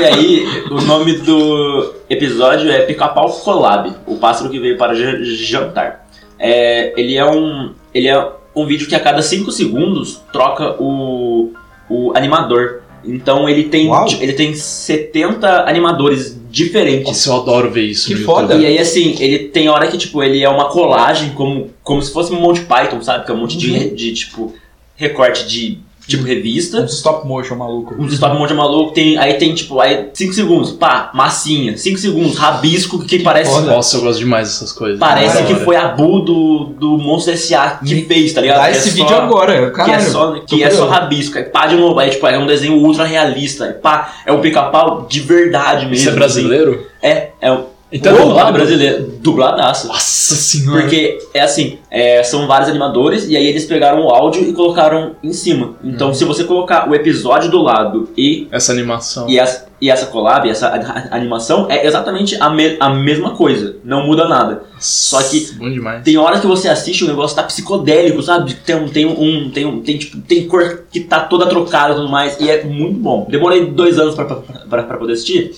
Speaker 3: E aí, o nome do episódio é Pica-Pau Collab, o pássaro que veio para ja- jantar. É, ele é um ele é um vídeo que a cada 5 segundos troca o, o animador. Então ele tem
Speaker 1: Uau.
Speaker 3: ele tem 70 animadores diferentes.
Speaker 2: Nossa, eu adoro ver isso.
Speaker 1: Que
Speaker 2: no
Speaker 1: foda.
Speaker 2: YouTube.
Speaker 3: E aí, assim, ele tem hora que, tipo, ele é uma colagem, como, como se fosse um Monty Python, sabe? Que é um monte de, re- de tipo, recorte de, tipo, revista.
Speaker 1: Um stop motion maluco.
Speaker 3: Um stop motion maluco, tem, aí tem, tipo, aí 5 segundos, pá, massinha. 5 segundos, rabisco, que parece...
Speaker 1: Foda.
Speaker 2: Nossa, eu gosto demais dessas coisas.
Speaker 3: né? Parece
Speaker 2: Da
Speaker 3: que
Speaker 2: hora.
Speaker 3: foi a Bu do, do Monstro S.A. que
Speaker 1: Me
Speaker 3: fez, tá ligado?
Speaker 1: Dá
Speaker 3: Que é
Speaker 1: esse
Speaker 3: só-
Speaker 1: vídeo agora,
Speaker 3: Que é,
Speaker 1: caralho.
Speaker 3: só,
Speaker 1: tô
Speaker 3: que é só
Speaker 1: curioso.
Speaker 3: rabisco. Aí pá de novo. Aí, tipo, é um desenho ultra realista. Aí, pá, é um pica-pau de verdade mesmo.
Speaker 2: Isso é
Speaker 3: assim.
Speaker 2: brasileiro?
Speaker 3: É, é um.
Speaker 2: Então é
Speaker 3: Uou,
Speaker 2: dublado?
Speaker 3: brasileiro. Dubladaço.
Speaker 2: Nossa senhora.
Speaker 3: Porque é assim, é, são vários animadores e aí eles pegaram o áudio e colocaram em cima.
Speaker 1: Hum.
Speaker 3: Então, se você colocar o episódio do lado e,
Speaker 2: Essa animação.
Speaker 3: e, essa, e essa collab, essa a- a- animação, é exatamente a, me- a mesma coisa. Não muda nada.
Speaker 2: Só
Speaker 3: que-
Speaker 2: Bom demais.
Speaker 3: Tem hora que você assiste, o negócio tá psicodélico, sabe? Tem, um- tem um. Tem um. Tem tipo. Tem cor que tá toda trocada e tudo mais. E é muito bom. Demorei dois anos pra, pra, pra, pra poder assistir.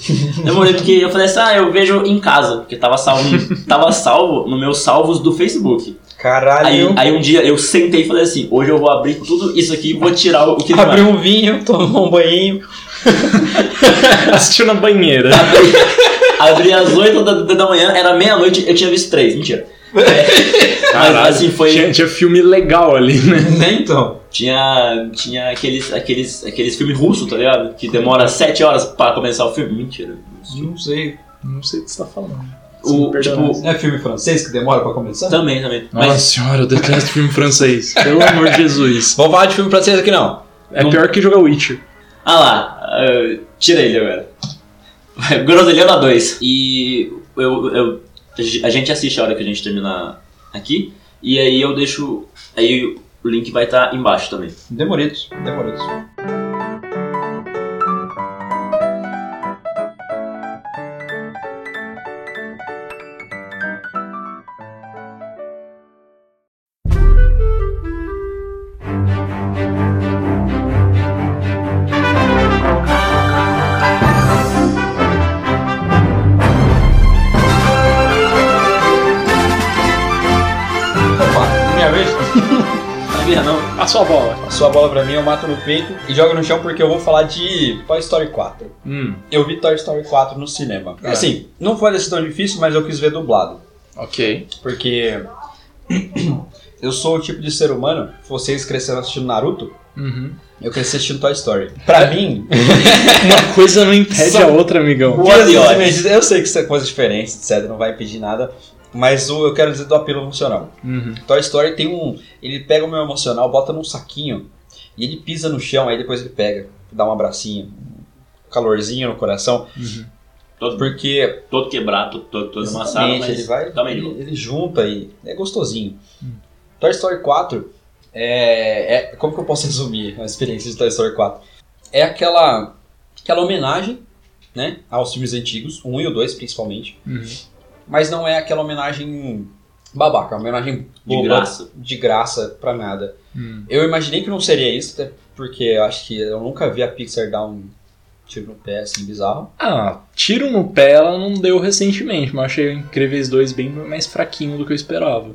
Speaker 3: Demorei porque eu falei assim, ah, eu vejo em casa. Porque tava salvo, tava salvo no meus salvos do Facebook. Aí,
Speaker 1: Caralho.
Speaker 3: aí um dia eu sentei e falei assim: hoje eu vou abrir tudo isso aqui e vou tirar o que tem mais.
Speaker 1: Abriu um vinho, tomou um banhinho.
Speaker 2: Assistiu na banheira.
Speaker 3: Abri às 8 da, da- da manhã, era meia-noite, eu tinha visto três, mentira. É, mas
Speaker 2: Caralho.
Speaker 3: assim foi.
Speaker 2: Tinha, tinha filme legal ali, né?
Speaker 3: Uhum.
Speaker 1: Né, então?
Speaker 3: Tinha, tinha aqueles, aqueles, aqueles filmes russos, tá ligado? Que demora 7 horas pra começar o filme. Mentira.
Speaker 1: Não sei.
Speaker 2: Não sei o que você tá falando. Você me
Speaker 3: O,
Speaker 2: perdeu
Speaker 3: tipo, Então,
Speaker 1: Não é filme francês que demora pra começar?
Speaker 3: também, também.
Speaker 2: Nossa
Speaker 3: Mas
Speaker 2: senhora, eu detesto filme francês. Pelo amor de Jesus.
Speaker 1: Vamos falar de filme francês aqui não.
Speaker 2: É
Speaker 3: Não-
Speaker 2: pior que jogar Witcher.
Speaker 3: Ah lá, ah, tira ele agora. Groselhando a dois. E eu, eu- a gente assiste a hora que a gente terminar aqui. E aí eu deixo. Aí o link vai estar embaixo também.
Speaker 1: Demoritos, demoritos. Opa, minha vez?
Speaker 3: Não é minha, não.
Speaker 2: A sua bola.
Speaker 1: A sua bola pra mim, eu mato no peito e jogo no chão porque eu vou falar de Toy Story 4.
Speaker 2: Hum,
Speaker 1: Eu vi Toy Story 4 no cinema.
Speaker 2: É.
Speaker 1: Assim, não foi uma decisão difícil, mas eu quis ver dublado.
Speaker 2: ok.
Speaker 1: Porque eu sou o tipo de ser humano, vocês cresceram assistindo Naruto,
Speaker 2: Uhum.
Speaker 1: eu cresci assistindo Toy Story. Pra mim,
Speaker 2: É Uma coisa não impede
Speaker 1: São-
Speaker 2: a outra, amigão.
Speaker 3: What the odds?
Speaker 1: eu sei que isso é coisa diferente, etc, não vai impedir nada. Mas o, eu quero dizer do apelo emocional.
Speaker 2: Uhum.
Speaker 1: Toy Story tem um. Ele pega o meu emocional, bota num saquinho e ele pisa no chão, aí depois ele pega, dá um abracinho, um calorzinho no coração.
Speaker 2: uhum,
Speaker 3: Todo,
Speaker 1: Porque
Speaker 3: todo quebrado, todo, todo amassado,
Speaker 1: exatamente,
Speaker 3: mas
Speaker 1: ele vai.
Speaker 3: também
Speaker 1: Ele, ele junta e é gostosinho. Toy Story 4 é, é- Como que eu posso resumir a experiência de Toy Story 4? É aquela. aquela homenagem, né? Aos filmes antigos, um e o dois principalmente.
Speaker 2: Uhum.
Speaker 1: Mas não é aquela homenagem babaca, é uma homenagem
Speaker 3: de
Speaker 1: boba,
Speaker 3: graça.
Speaker 1: de graça pra nada.
Speaker 2: Hum.
Speaker 1: Eu imaginei que não seria isso, até porque eu acho que eu nunca vi a Pixar dar um tiro no pé assim bizarro.
Speaker 2: Ah, tiro no pé ela não deu recentemente, mas achei o Incríveis 2 bem mais fraquinho do que eu esperava.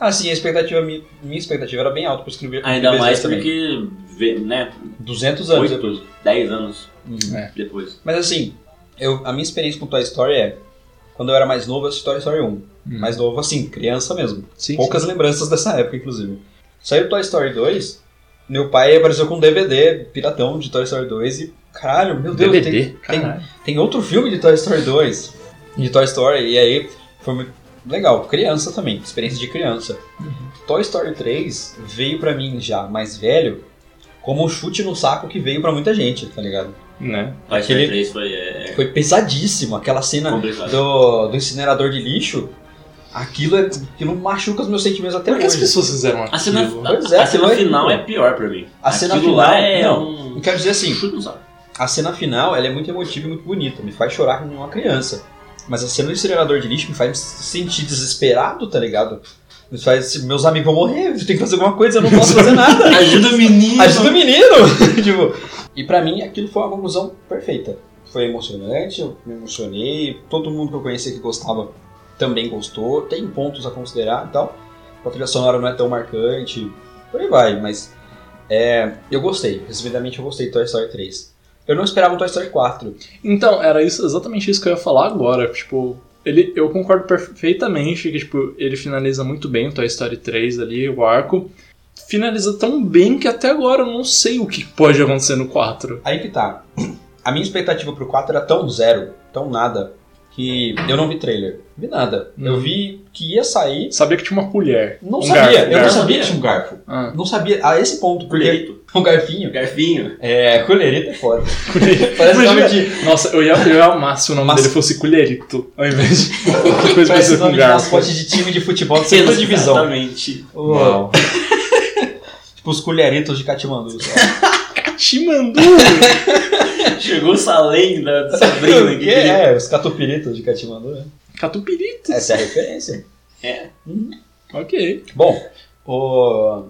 Speaker 1: Assim, a expectativa, mi- minha expectativa era bem alta para escrever.
Speaker 3: Ainda mais
Speaker 1: também.
Speaker 3: porque, vê, né,
Speaker 1: 200 assim. anos
Speaker 3: oito,
Speaker 1: depois.
Speaker 3: 10 anos
Speaker 1: Hum.
Speaker 3: depois.
Speaker 1: Mas assim, eu, a minha experiência com Toy Story é. Quando eu era mais novo, eu assisti Toy Story 1.
Speaker 3: Uhum.
Speaker 1: Mais novo, assim, criança mesmo.
Speaker 2: Sim,
Speaker 1: Poucas lembranças dessa época, inclusive. Saiu Toy Story 2, meu pai apareceu com um DVD piratão de Toy Story 2 e. Caralho, meu Deus, tem-
Speaker 6: DVD.
Speaker 1: tem, tem outro filme de Toy Story 2, de Toy Story, e aí foi muito legal. Criança também, experiência de criança.
Speaker 2: Uhum.
Speaker 1: Toy Story 3 veio pra mim já mais velho como um chute no saco que veio pra muita gente, tá ligado?
Speaker 2: Né?
Speaker 3: Toy
Speaker 1: Aquele-
Speaker 3: Story 3 foi é,
Speaker 1: Foi pesadíssimo, aquela cena
Speaker 3: complicado.
Speaker 1: do, do incinerador de lixo. Aquilo, é, aquilo machuca os meus sentimentos até
Speaker 2: Por que as
Speaker 1: hoje.
Speaker 2: pessoas fizeram aquilo?
Speaker 3: A cena,
Speaker 1: Pois é,
Speaker 3: a cena
Speaker 1: aquilo é-
Speaker 3: final é pior pra mim.
Speaker 1: A cena
Speaker 3: Aquilo
Speaker 1: final-
Speaker 3: lá é
Speaker 1: não.
Speaker 3: um...
Speaker 1: Eu quero dizer assim,
Speaker 3: Chute no saco.
Speaker 1: A cena final ela é muito emotiva e muito bonita, me faz chorar como uma criança. Mas a cena do incinerador de lixo me faz me sentir desesperado, tá ligado? Me faz, meus amigos vão morrer, eu tenho que fazer alguma coisa, eu não posso fazer nada.
Speaker 3: Ajuda o menino!
Speaker 1: Ajuda o menino! tipo, e pra mim aquilo foi uma conclusão perfeita. Foi emocionante, eu me emocionei, todo mundo que eu conheci que gostava também gostou, tem pontos a considerar e tal. A trilha sonora não é tão marcante, por aí vai, mas é, eu gostei, resumidamente eu gostei de Toy Story 3. Eu não esperava um Toy Story 4.
Speaker 2: Então, era isso, exatamente isso que eu ia falar agora. Tipo, ele, eu concordo perfeitamente que tipo, ele finaliza muito bem o Toy Story 3 ali, o arco. Finaliza tão bem que até agora eu não sei o que pode acontecer no 4.
Speaker 1: Aí que tá. A minha expectativa pro 4 era tão zero, tão nada, que eu não vi trailer. Vi nada. Eu
Speaker 2: Uhum.
Speaker 1: vi que ia sair.
Speaker 2: Sabia que tinha uma colher.
Speaker 1: Não
Speaker 2: Um
Speaker 1: sabia,
Speaker 2: garfo,
Speaker 1: eu não
Speaker 2: garfo.
Speaker 1: sabia que tinha um garfo.
Speaker 2: Ah,
Speaker 1: Não sabia a esse ponto, porque
Speaker 3: Colherito.
Speaker 1: um garfinho.
Speaker 3: Garfinho.
Speaker 1: É, colherito é foda.
Speaker 2: colher.
Speaker 1: Parece nome
Speaker 2: Imagina-
Speaker 1: de,
Speaker 2: Nossa, eu ia, eu ia amar se o nome
Speaker 1: Mas-
Speaker 2: dele fosse colherito, ao invés de outra coisa
Speaker 1: parece
Speaker 2: parecida com
Speaker 1: nome de
Speaker 2: garfo.
Speaker 1: mascote de time de futebol de segunda divisão.
Speaker 3: Exatamente.
Speaker 1: Uau. tipo os colheritos de Catimandu. sabe?
Speaker 2: Chimandu!
Speaker 3: Chegou o Salem da da
Speaker 1: tá
Speaker 3: Sabrina aqui.
Speaker 1: é, os catupiritos de Catimandu, né?
Speaker 2: Catupirito.
Speaker 1: Essa é a referência.
Speaker 2: Ok.
Speaker 1: Bom, o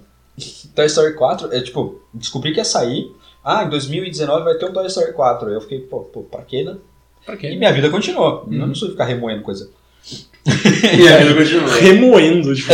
Speaker 1: Toy Story 4, é tipo, descobri que ia sair. Ah, em 2019 vai ter um Toy Story 4. Eu fiquei, pô, pô pra quê, né?
Speaker 2: Pra
Speaker 1: E
Speaker 2: quê?
Speaker 1: minha vida continuou. Eu não
Speaker 2: Uhum.
Speaker 1: preciso ficar remoendo coisa. É.
Speaker 3: Ele continua.
Speaker 2: Remoendo, tipo.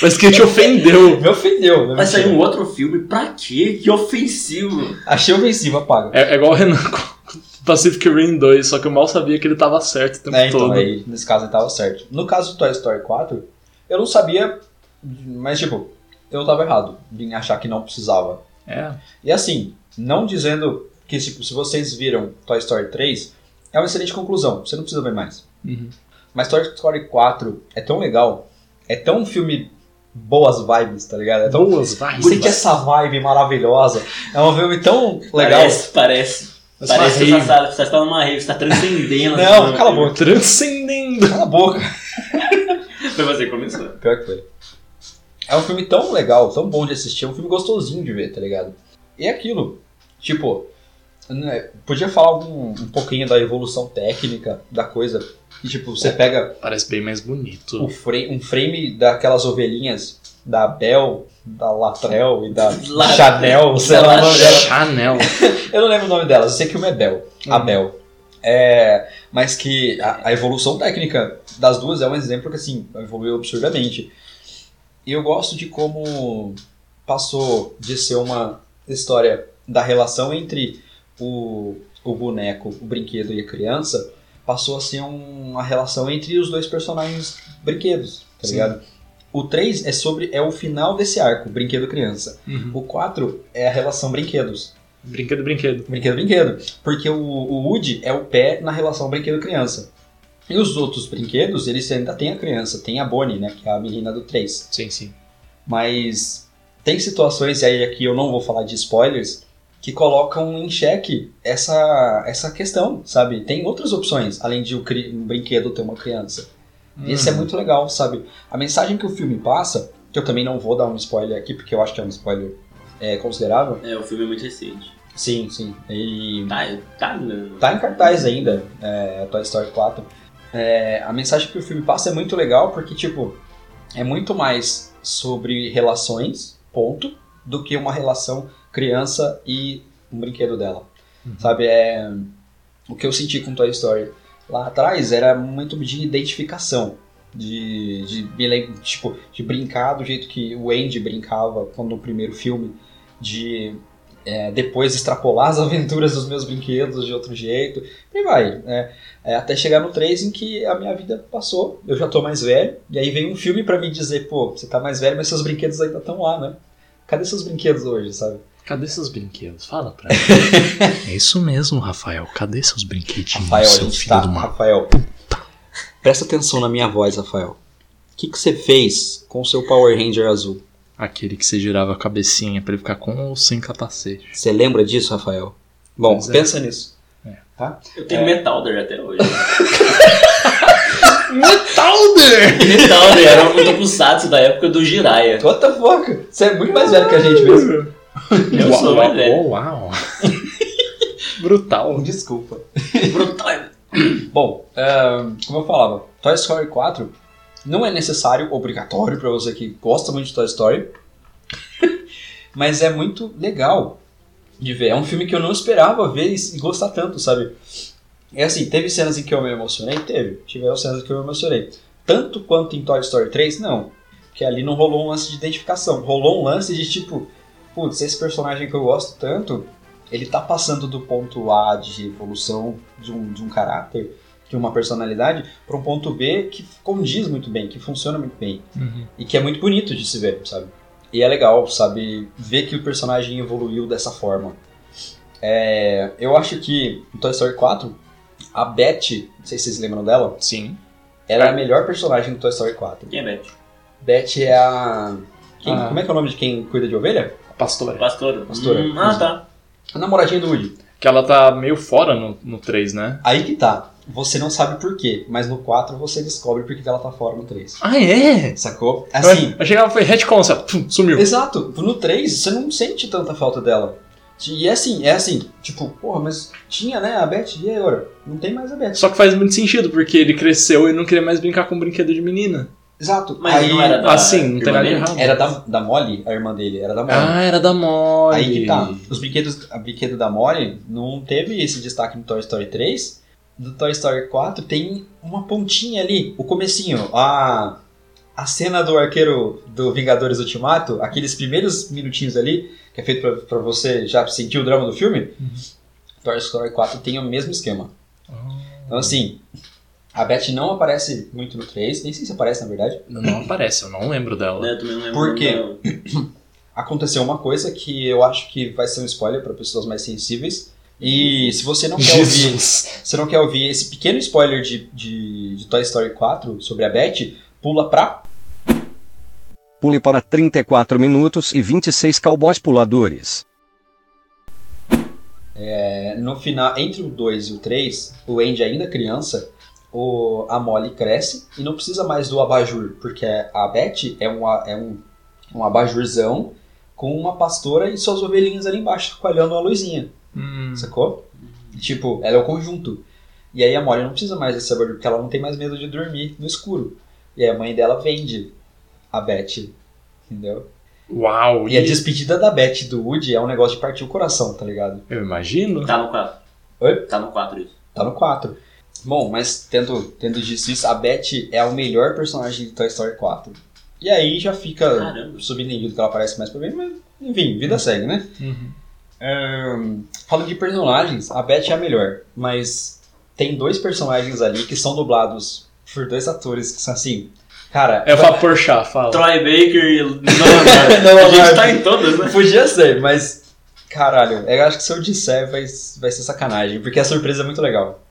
Speaker 2: Parece que te ofendeu.
Speaker 1: Me ofendeu. né?
Speaker 3: Vai sair um outro filme, pra quê? Que ofensivo.
Speaker 1: Achei ofensivo, apaga.
Speaker 2: É, é igual o Renan com o Pacific Rim 2, só que eu mal sabia que ele tava certo o tempo
Speaker 1: É, então,
Speaker 2: todo.
Speaker 1: aí, nesse caso ele tava certo. No caso do Toy Story 4, eu não sabia, mas tipo, eu tava errado em achar que não precisava.
Speaker 2: É.
Speaker 1: E assim, não dizendo que tipo, se vocês viram Toy Story 3, é uma excelente conclusão, você não precisa ver mais.
Speaker 2: Uhum.
Speaker 1: Mas Toy Story 4 é tão legal, é tão um filme boas vibes, tá ligado? É tão...
Speaker 2: Boas vibes.
Speaker 1: Sente essa vibe maravilhosa. É um filme tão legal.
Speaker 3: Parece, parece.
Speaker 2: Mas
Speaker 3: parece
Speaker 2: uma
Speaker 3: que você
Speaker 2: rave.
Speaker 3: tá, você tá numa rave, você tá transcendendo. assim, né?
Speaker 1: Não,
Speaker 2: é
Speaker 1: cala a boca.
Speaker 2: Transcendendo.
Speaker 1: Cala a boca.
Speaker 3: Foi você que começou.
Speaker 1: Pior que foi. É um filme tão legal, tão bom de assistir, é um filme gostosinho de ver, tá ligado? E é aquilo, tipo, né, podia falar algum- um pouquinho da evolução técnica da coisa. E, tipo, você pega
Speaker 2: Parece bem mais
Speaker 1: o
Speaker 2: bonito.
Speaker 1: fra- um frame daquelas ovelhinhas da Bel, da Latrell e da
Speaker 3: La-
Speaker 1: Chanel, sei
Speaker 3: da
Speaker 1: lá é o
Speaker 3: La-
Speaker 1: nome dela.
Speaker 2: Chanel.
Speaker 1: Eu não lembro o nome delas, eu sei que uma é Bel,
Speaker 2: Uhum.
Speaker 1: a Bel. É, mas que a, a evolução técnica das duas é um exemplo que assim, evoluiu absurdamente. E eu gosto de como passou de ser uma história da relação entre o, o boneco, o brinquedo e a criança, passou a ser um- uma relação entre os dois personagens brinquedos, tá
Speaker 2: Sim.
Speaker 1: ligado? O 3 é sobre é o final desse arco, brinquedo-criança.
Speaker 2: Uhum.
Speaker 1: O 4 é a relação brinquedos.
Speaker 2: Brinquedo, brinquedo.
Speaker 1: Brinquedo, brinquedo. Porque o, o Woody é o pé na relação brinquedo-criança. E os outros brinquedos, eles ainda tem a criança, tem a Bonnie, né? Que é a menina do 3.
Speaker 2: Sim, sim.
Speaker 1: Mas tem situações, e aí aqui eu não vou falar de spoilers, que colocam em xeque essa, essa questão, sabe? Tem outras opções, além de o cri- um brinquedo ter uma criança. E Esse é muito legal, sabe? A mensagem que o filme passa, que eu também não vou dar um spoiler aqui, porque eu acho que é um spoiler é, considerável.
Speaker 3: É, o filme é muito recente.
Speaker 1: Sim, sim. E
Speaker 3: Tá, tá, não.
Speaker 1: tá em cartaz ainda, é, Toy Story 4. É, a mensagem que o filme passa é muito legal porque, tipo, é muito mais sobre relações, ponto, do que uma relação criança e um brinquedo dela. Sabe, é, o que eu senti com Toy Story lá atrás era muito de identificação. De, de, me lem- tipo, de brincar do jeito que o Andy brincava quando no primeiro filme, de é, depois extrapolar as aventuras dos meus brinquedos de outro jeito. E vai, né? É, até chegar no 3 em que a minha vida passou, eu já tô mais velho, e aí veio um filme pra me dizer, pô, você tá mais velho, mas seus brinquedos ainda estão lá, né? Cadê seus brinquedos hoje, sabe?
Speaker 2: Cadê seus brinquedos? Fala pra mim. é isso mesmo, Rafael. Cadê seus brinquedinhos,
Speaker 1: Rafael, a
Speaker 2: seu
Speaker 1: gente
Speaker 2: filho
Speaker 1: tá,
Speaker 2: do mal?
Speaker 1: Rafael. Presta atenção na minha voz, Rafael. O que, que você fez com o seu Power Ranger azul?
Speaker 2: Aquele que você girava a cabecinha pra ele ficar com ou sem capacete.
Speaker 1: Você lembra disso, Rafael? Bom,
Speaker 2: Pois é.
Speaker 1: pensa nisso.
Speaker 3: Eu tenho Metalder até hoje.
Speaker 2: Metalder!
Speaker 3: Metalder era um tokusatsu da época do Jiraiya.
Speaker 1: What the fuck? Você é muito mais velho que a gente mesmo.
Speaker 3: Eu
Speaker 2: Uau,
Speaker 3: sou mais velho.
Speaker 2: Uau. Brutal.
Speaker 1: Desculpa.
Speaker 3: Brutal.
Speaker 1: Bom, ahn, como eu falava, Toy Story 4 não é necessário, obrigatório pra você que gosta muito de Toy Story, mas é muito legal de ver. É um filme que eu não esperava ver e e gostar tanto, sabe? É assim, teve cenas em que eu me emocionei? Teve. Tiveram cenas em que eu me emocionei. Tanto quanto em Toy Story 3, não. Porque ali não rolou um lance de identificação. Rolou um lance de tipo, putz, esse personagem que eu gosto tanto, ele tá passando do ponto A de evolução de um, de um caráter de uma personalidade para um ponto B que condiz muito bem, que funciona muito bem e que é muito bonito de se ver, sabe? E é legal, sabe, ver que o personagem evoluiu dessa forma. É, eu acho que no Toy Story 4, a Beth, não sei se vocês lembram dela,
Speaker 2: Sim.
Speaker 1: ela é a melhor personagem do Toy Story 4.
Speaker 3: Quem é Beth?
Speaker 1: Beth é a. quem-
Speaker 2: Ah.
Speaker 1: Como é que é o nome de quem cuida de ovelha?
Speaker 2: Pastora.
Speaker 3: Pastora.
Speaker 1: Pastora.
Speaker 3: Hum, ah, tá.
Speaker 1: A namoradinha do Woody.
Speaker 2: Que ela tá meio fora no, no 3, né?
Speaker 1: Aí que tá. Você não sabe por quê, mas no 4 você descobre porque ela tá fora no 3.
Speaker 2: Ah, é?
Speaker 1: Sacou? Assim,
Speaker 2: Eu chegava e foi retcon, sabe? Pum, sumiu.
Speaker 1: Exato, no 3 você não sente tanta falta dela. E é assim, é assim, tipo, porra, mas tinha, né, a Beth, e agora? Não tem mais a Beth.
Speaker 2: Só que faz muito sentido, porque ele cresceu e não queria mais brincar com brinquedo de menina.
Speaker 1: Exato,
Speaker 3: Mas
Speaker 1: aí
Speaker 3: não era da
Speaker 2: assim, não tem
Speaker 3: irmã
Speaker 2: nada de
Speaker 3: dele?
Speaker 2: errado.
Speaker 1: era da, da Molly, a irmã dele, era da Molly.
Speaker 2: Ah, era da Molly.
Speaker 1: aí que tá, os brinquedos, a brinquedo da Molly não teve esse destaque no Toy Story 3, no Toy Story 4 tem uma pontinha ali, o comecinho, a... A cena do arqueiro do Vingadores Ultimato, aqueles primeiros minutinhos ali, que é feito pra, pra você já sentir o drama do filme, Toy Story 4 tem o mesmo esquema. Então, assim, a Beth não aparece muito no 3, nem sei se aparece na verdade.
Speaker 2: Não aparece, eu não lembro dela.
Speaker 3: Né, eu também não lembro
Speaker 1: Por quê?
Speaker 3: não.
Speaker 1: Aconteceu uma coisa que eu acho que vai ser um spoiler para pessoas mais sensíveis. E se você não quer ouvir, se você não quer ouvir esse pequeno spoiler de, de, de Toy Story 4 sobre a Beth, pula pra.
Speaker 7: Pule para 34 minutos e 26 cowboys puladores.
Speaker 1: é, No final, entre o 2 e o 3, o Andy ainda criança, o, a Molly cresce e não precisa mais do abajur, porque a Beth é um, a- é um, um abajurzão com uma pastora e suas ovelhinhas ali embaixo, coalhando a luzinha.
Speaker 2: Hum,
Speaker 1: Sacou? Tipo, ela é o conjunto. E aí a Molly não precisa mais desse abajur, porque ela não tem mais medo de dormir no escuro. E aí a mãe dela vende a Beth. Entendeu?
Speaker 2: Uau,
Speaker 1: E a despedida da Beth do Woody é um negócio de partir o coração, tá ligado?
Speaker 2: eu imagino.
Speaker 3: Tá no 4.
Speaker 1: Oi?
Speaker 3: Tá no 4 isso.
Speaker 1: Tá no 4. Bom, mas tendo, tendo dito isso, a Beth é o melhor personagem de Toy Story 4. E aí já fica
Speaker 3: Caramba.
Speaker 1: subentendido que ela aparece mais pra mim, mas enfim, vida segue, né?
Speaker 2: Uhum.
Speaker 1: Ahn, falando de personagens, a Beth é a melhor, mas tem dois personagens ali que são dublados por dois atores que são assim. Cara,
Speaker 2: É o vapor chá, fala.
Speaker 3: Troy Baker e. Não, não,
Speaker 1: Não,
Speaker 3: a gente
Speaker 1: não.
Speaker 3: tá em todas, né?
Speaker 1: podia ser, mas. Caralho, eu acho que se eu disser vai, vai ser sacanagem, porque a surpresa é muito legal.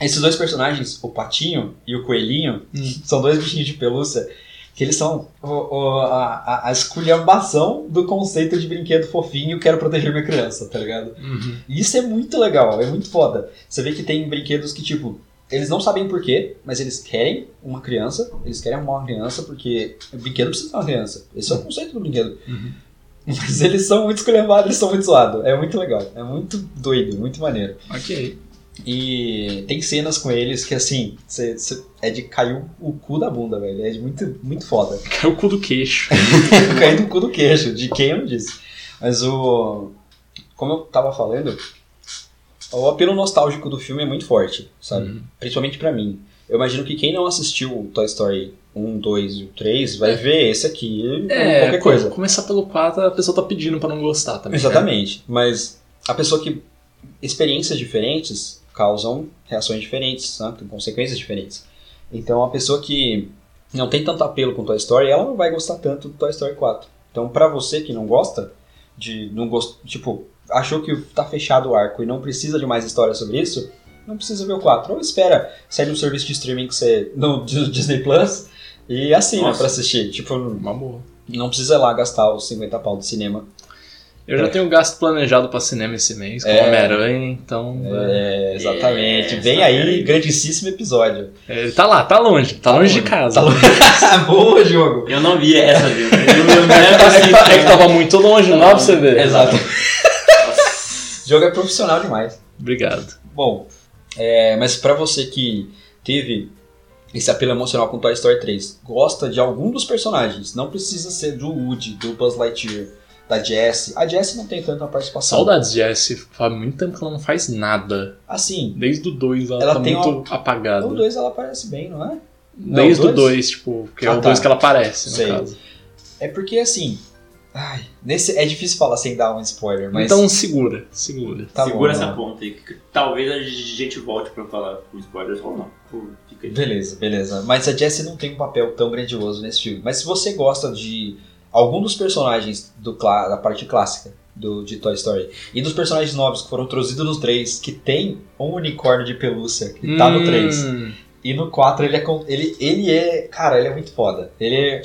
Speaker 1: Esses dois personagens, o Patinho e o Coelhinho, são dois bichinhos de pelúcia que eles são o- o- a, a, a esculhambação do conceito de brinquedo fofinho, quero proteger minha criança, tá ligado?
Speaker 2: Uhum.
Speaker 1: E isso é muito legal, é muito foda. Você vê que tem brinquedos que, tipo, eles não sabem porquê, mas eles querem uma criança, eles querem arrumar uma criança, porque o brinquedo precisa de uma criança. Esse é o conceito do brinquedo.
Speaker 2: Uhum.
Speaker 1: Mas eles são muito esculhambados, eles são muito zoados. É muito legal, é muito doido, muito maneiro.
Speaker 2: Ok.
Speaker 1: E tem cenas com eles que, assim, cê- cê- é de cair o cu da bunda, velho. É de muito, muito foda.
Speaker 2: Caiu o cu do queixo.
Speaker 1: Caindo o cu do queixo, de quem eu não disse. Mas o. Como eu tava falando, o apelo nostálgico do filme é muito forte,
Speaker 2: Uhum.
Speaker 1: sabe? Principalmente pra mim. Eu imagino que quem não assistiu o Toy Story 1, 2 e o 3 vai ver esse aqui
Speaker 2: É,
Speaker 1: qualquer coisa.
Speaker 2: Começar pelo 4, a pessoa tá pedindo pra não gostar também. né?
Speaker 1: Exatamente. Mas a pessoa que. Experiências diferentes causam reações diferentes, né? Tem consequências diferentes. Então a pessoa que não tem tanto apelo com Toy Story, ela não vai gostar tanto do Toy Story 4. Então pra você que não gosta, de não gost... tipo, achou que tá fechado o arco e não precisa de mais história sobre isso, não precisa ver o 4. Ou espera sair no serviço de streaming que você. no Disney Plus e assina
Speaker 3: Nossa.
Speaker 1: pra assistir. Tipo,
Speaker 2: Uma boa.
Speaker 1: não precisa ir lá gastar os 50 pau do cinema
Speaker 2: Eu já
Speaker 1: É.
Speaker 2: tenho gasto planejado pra cinema esse mês, com
Speaker 1: É.
Speaker 2: Homem-Aranha, então.
Speaker 1: É, exatamente.
Speaker 3: É,
Speaker 1: Vem
Speaker 3: exatamente.
Speaker 1: aí, grandíssimo episódio.
Speaker 2: é, ele tá lá, tá longe, tá longe de casa.
Speaker 1: Tá louco? Boa, jogo.
Speaker 3: Eu não vi essa, viu? Eu não
Speaker 2: É que, tá- é que
Speaker 3: lembro
Speaker 2: tava muito longe, não dá pra você
Speaker 1: É.
Speaker 2: ver.
Speaker 3: Exato.
Speaker 1: O jogo é profissional demais.
Speaker 2: Obrigado.
Speaker 1: Bom, é, mas pra você que teve esse apelo emocional com Toy Story 3, gosta de algum dos personagens, não precisa ser do Woody, do Buzz Lightyear, da Jessie. A Jessie não tem tanta participação.
Speaker 2: Saudades de Jesse, faz muito tempo que ela não faz nada.
Speaker 1: Assim,
Speaker 2: Desde o 2 ela,
Speaker 1: Ela
Speaker 2: tá
Speaker 1: tem
Speaker 2: muito
Speaker 1: no
Speaker 2: apagada.
Speaker 1: 2 ela aparece bem, não é? Não,
Speaker 2: Desde o
Speaker 1: dois?
Speaker 2: 2, tipo, que é
Speaker 1: Ah,
Speaker 2: o
Speaker 1: tá.
Speaker 2: 2 que ela aparece, no
Speaker 1: Sei.
Speaker 2: caso.
Speaker 1: É porque assim... Ai, nesse, é difícil falar sem dar um spoiler, mas...
Speaker 2: Então segura, segura.
Speaker 1: tá bom,
Speaker 3: Segura
Speaker 1: não.
Speaker 3: essa ponta aí. que Talvez a gente volte pra falar com spoilers ou não. Pô, Fica aí.
Speaker 1: Beleza, beleza. Mas a Jessie não tem um papel tão grandioso nesse filme. Mas se você gosta de algum dos personagens do clá- da parte clássica do, de Toy Story e dos personagens novos que foram trazidos no 3, que tem um unicórnio de pelúcia que tá no 3,
Speaker 2: Hum,
Speaker 1: e no 4 ele é. con- Ele, ele é. Cara, ele é muito foda. Ele é-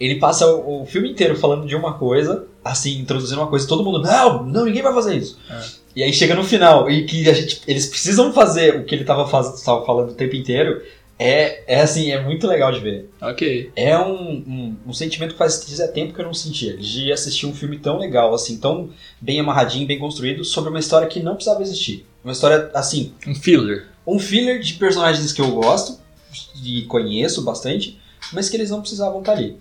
Speaker 1: Ele passa o, o filme inteiro falando de uma coisa, assim, introduzindo uma coisa, todo mundo, não, não, ninguém vai fazer isso.
Speaker 2: É.
Speaker 1: E aí chega no final, e que a gente, eles precisam fazer o que ele tava, faz, tava falando o tempo inteiro. É, é assim, é muito legal de ver.
Speaker 2: Ok.
Speaker 1: É um, um, um sentimento que faz fazia tempo que eu não sentia, de assistir um filme tão legal, assim, tão bem amarradinho, bem construído, sobre uma história que não precisava existir. Uma história, assim,
Speaker 2: Um filler.
Speaker 1: um filler de personagens que eu gosto e conheço bastante, mas que eles não precisavam estar ali.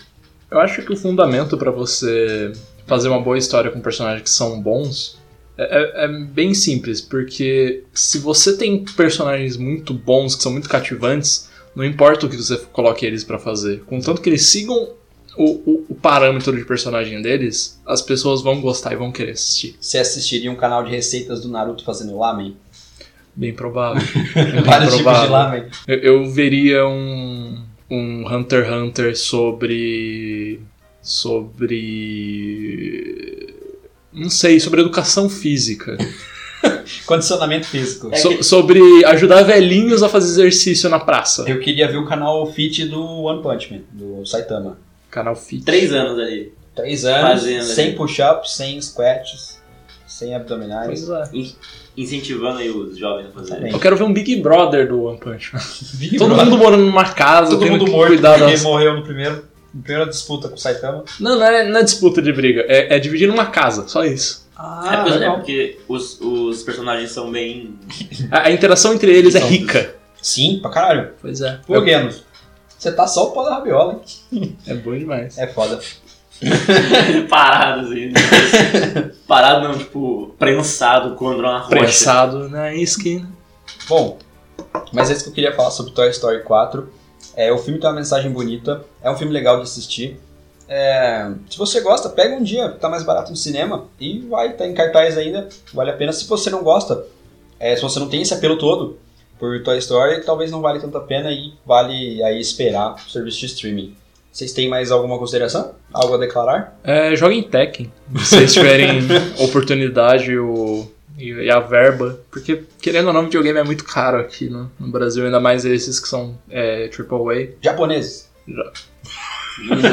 Speaker 2: Eu acho que o fundamento pra você fazer uma boa história com personagens que são bons é, é- é bem simples, porque se você tem personagens muito bons, que são muito cativantes, não importa o que você coloque eles pra fazer, contanto que eles sigam o, o- o parâmetro de personagem deles, as pessoas vão gostar e vão querer assistir.
Speaker 1: Você assistiria um canal de receitas do Naruto fazendo lamen?
Speaker 2: Bem provável. É bem
Speaker 1: Vários tipos de
Speaker 2: provável.
Speaker 1: lamen.
Speaker 2: Eu, eu veria um, um Hunter x Hunter sobre. sobre. Não sei, sobre educação
Speaker 1: É
Speaker 2: física.
Speaker 1: Condicionamento físico.
Speaker 2: So- Sobre ajudar velhinhos a fazer exercício na praça.
Speaker 1: Eu queria ver o canal fit do One Punch Man, do Saitama.
Speaker 2: Canal Fit.
Speaker 3: Três anos ali.
Speaker 1: Três anos,
Speaker 3: Fazendo,
Speaker 1: sem
Speaker 3: né?
Speaker 1: push-ups, sem squats, sem abdominais.
Speaker 2: Pois é.
Speaker 3: Incentivando aí os jovens a fazerem.
Speaker 1: Também.
Speaker 2: Eu quero ver um Big Brother do One Punch Man.
Speaker 1: Big
Speaker 2: Todo
Speaker 1: Brother.
Speaker 2: mundo morando numa casa,
Speaker 1: Todo
Speaker 2: tendo
Speaker 1: mundo
Speaker 2: que
Speaker 1: morto
Speaker 2: cuidar
Speaker 1: porque
Speaker 2: das...
Speaker 1: morreu no primeiro, na primeira disputa com o Saitama.
Speaker 2: Não, não é, não é disputa de briga. É, é dividir numa casa, só isso.
Speaker 1: Ah,
Speaker 3: É porque, é
Speaker 1: legal.
Speaker 3: porque os, os personagens são bem.
Speaker 2: A, a interação entre eles é rica.
Speaker 1: Sim, pra caralho.
Speaker 2: Pois é.
Speaker 1: Pô, Geno, você tá só o pó da rabiola, hein?
Speaker 2: É, é bom demais.
Speaker 1: É foda.
Speaker 3: parados assim. né? Parado não, tipo, prensado contra uma rocha.
Speaker 2: Prensado na esquina.
Speaker 1: Bom, mas é isso que eu queria falar sobre Toy Story 4. É, o filme tem uma mensagem bonita, é um filme legal de assistir. É, se você gosta, pega um dia, tá mais barato no cinema e vai, tá em cartaz ainda, vale a pena. Se você não gosta, é, se você não tem esse apelo todo por Toy Story, talvez não vale tanto a pena e vale aí esperar o serviço de streaming. Vocês têm mais alguma consideração? Algo a declarar?
Speaker 2: É, joga em Tekken. Se vocês tiverem oportunidade ou E, e a verba. Porque, querendo ou não, videogame é muito caro aqui no, no Brasil, ainda mais esses que são é, AAA.
Speaker 1: Japoneses.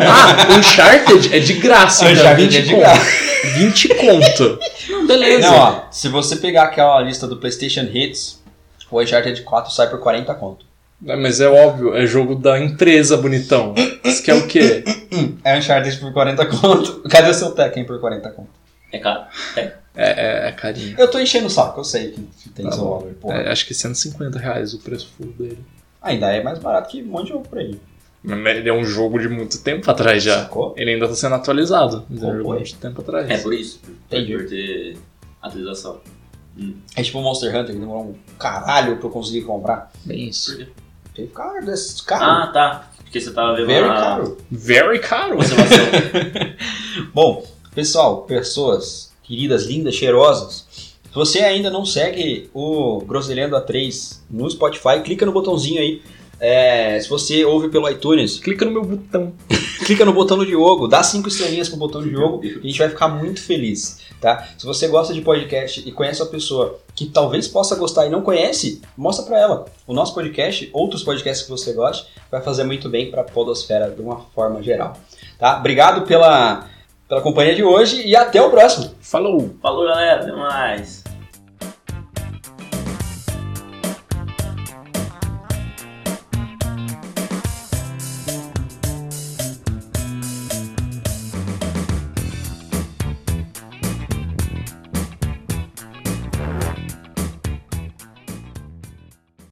Speaker 2: Ah, Uncharted é de graça, então.
Speaker 1: Uncharted
Speaker 2: 20
Speaker 1: é de
Speaker 2: conto.
Speaker 1: graça.
Speaker 2: 20 conto. beleza.
Speaker 1: Não, ó, se você pegar aquela lista do PlayStation Hits, o Uncharted 4 sai por 40 conto.
Speaker 2: É, Mas é óbvio, é jogo da empresa, bonitão. Isso que é o quê?
Speaker 1: É Uncharted por 40 conto. Cadê o seu Tekken por 40 conto?
Speaker 3: É caro.
Speaker 2: É, é, é carinho.
Speaker 1: Eu tô enchendo o saco, eu sei que que tem
Speaker 2: Tá
Speaker 1: seu
Speaker 2: bom.
Speaker 1: valor, porra.
Speaker 2: É, acho que é 150 reais o preço full dele.
Speaker 1: Ainda é mais barato que um monte de jogo por aí.
Speaker 2: Mas ele é um jogo de muito tempo atrás já.
Speaker 1: Sacou?
Speaker 2: Ele ainda tá sendo atualizado. Mas é um
Speaker 1: Pô,
Speaker 2: jogo
Speaker 1: pô.
Speaker 2: de muito tempo atrás.
Speaker 3: É por isso.
Speaker 1: Entendi.
Speaker 3: Por ter atualização.
Speaker 1: É tipo o Monster Hunter, que demorou um caralho pra eu conseguir comprar.
Speaker 2: Bem isso.
Speaker 1: Teve cara desses caras.
Speaker 3: Ah, tá. Porque você tava vendo
Speaker 1: Very
Speaker 3: a
Speaker 1: caro.
Speaker 2: Very caro.
Speaker 3: observação.
Speaker 1: Bom, pessoal, pessoas queridas, lindas, cheirosas, se você ainda não segue o Groselhando A3 no Spotify, clica no botãozinho aí. É, se você ouve pelo iTunes,
Speaker 2: Clica no meu botão.
Speaker 1: clica no botão do Diogo, dá cinco estrelinhas pro botão do Diogo e a gente vai ficar muito feliz, tá? Se você gosta de podcast e conhece uma pessoa que talvez possa gostar e não conhece, mostra pra ela. O nosso podcast, outros podcasts que você goste, vai fazer muito bem pra podosfera de uma forma geral, tá? Obrigado pela, pela companhia de hoje e até o próximo!
Speaker 2: Falou.
Speaker 3: Falou, galera. Até mais.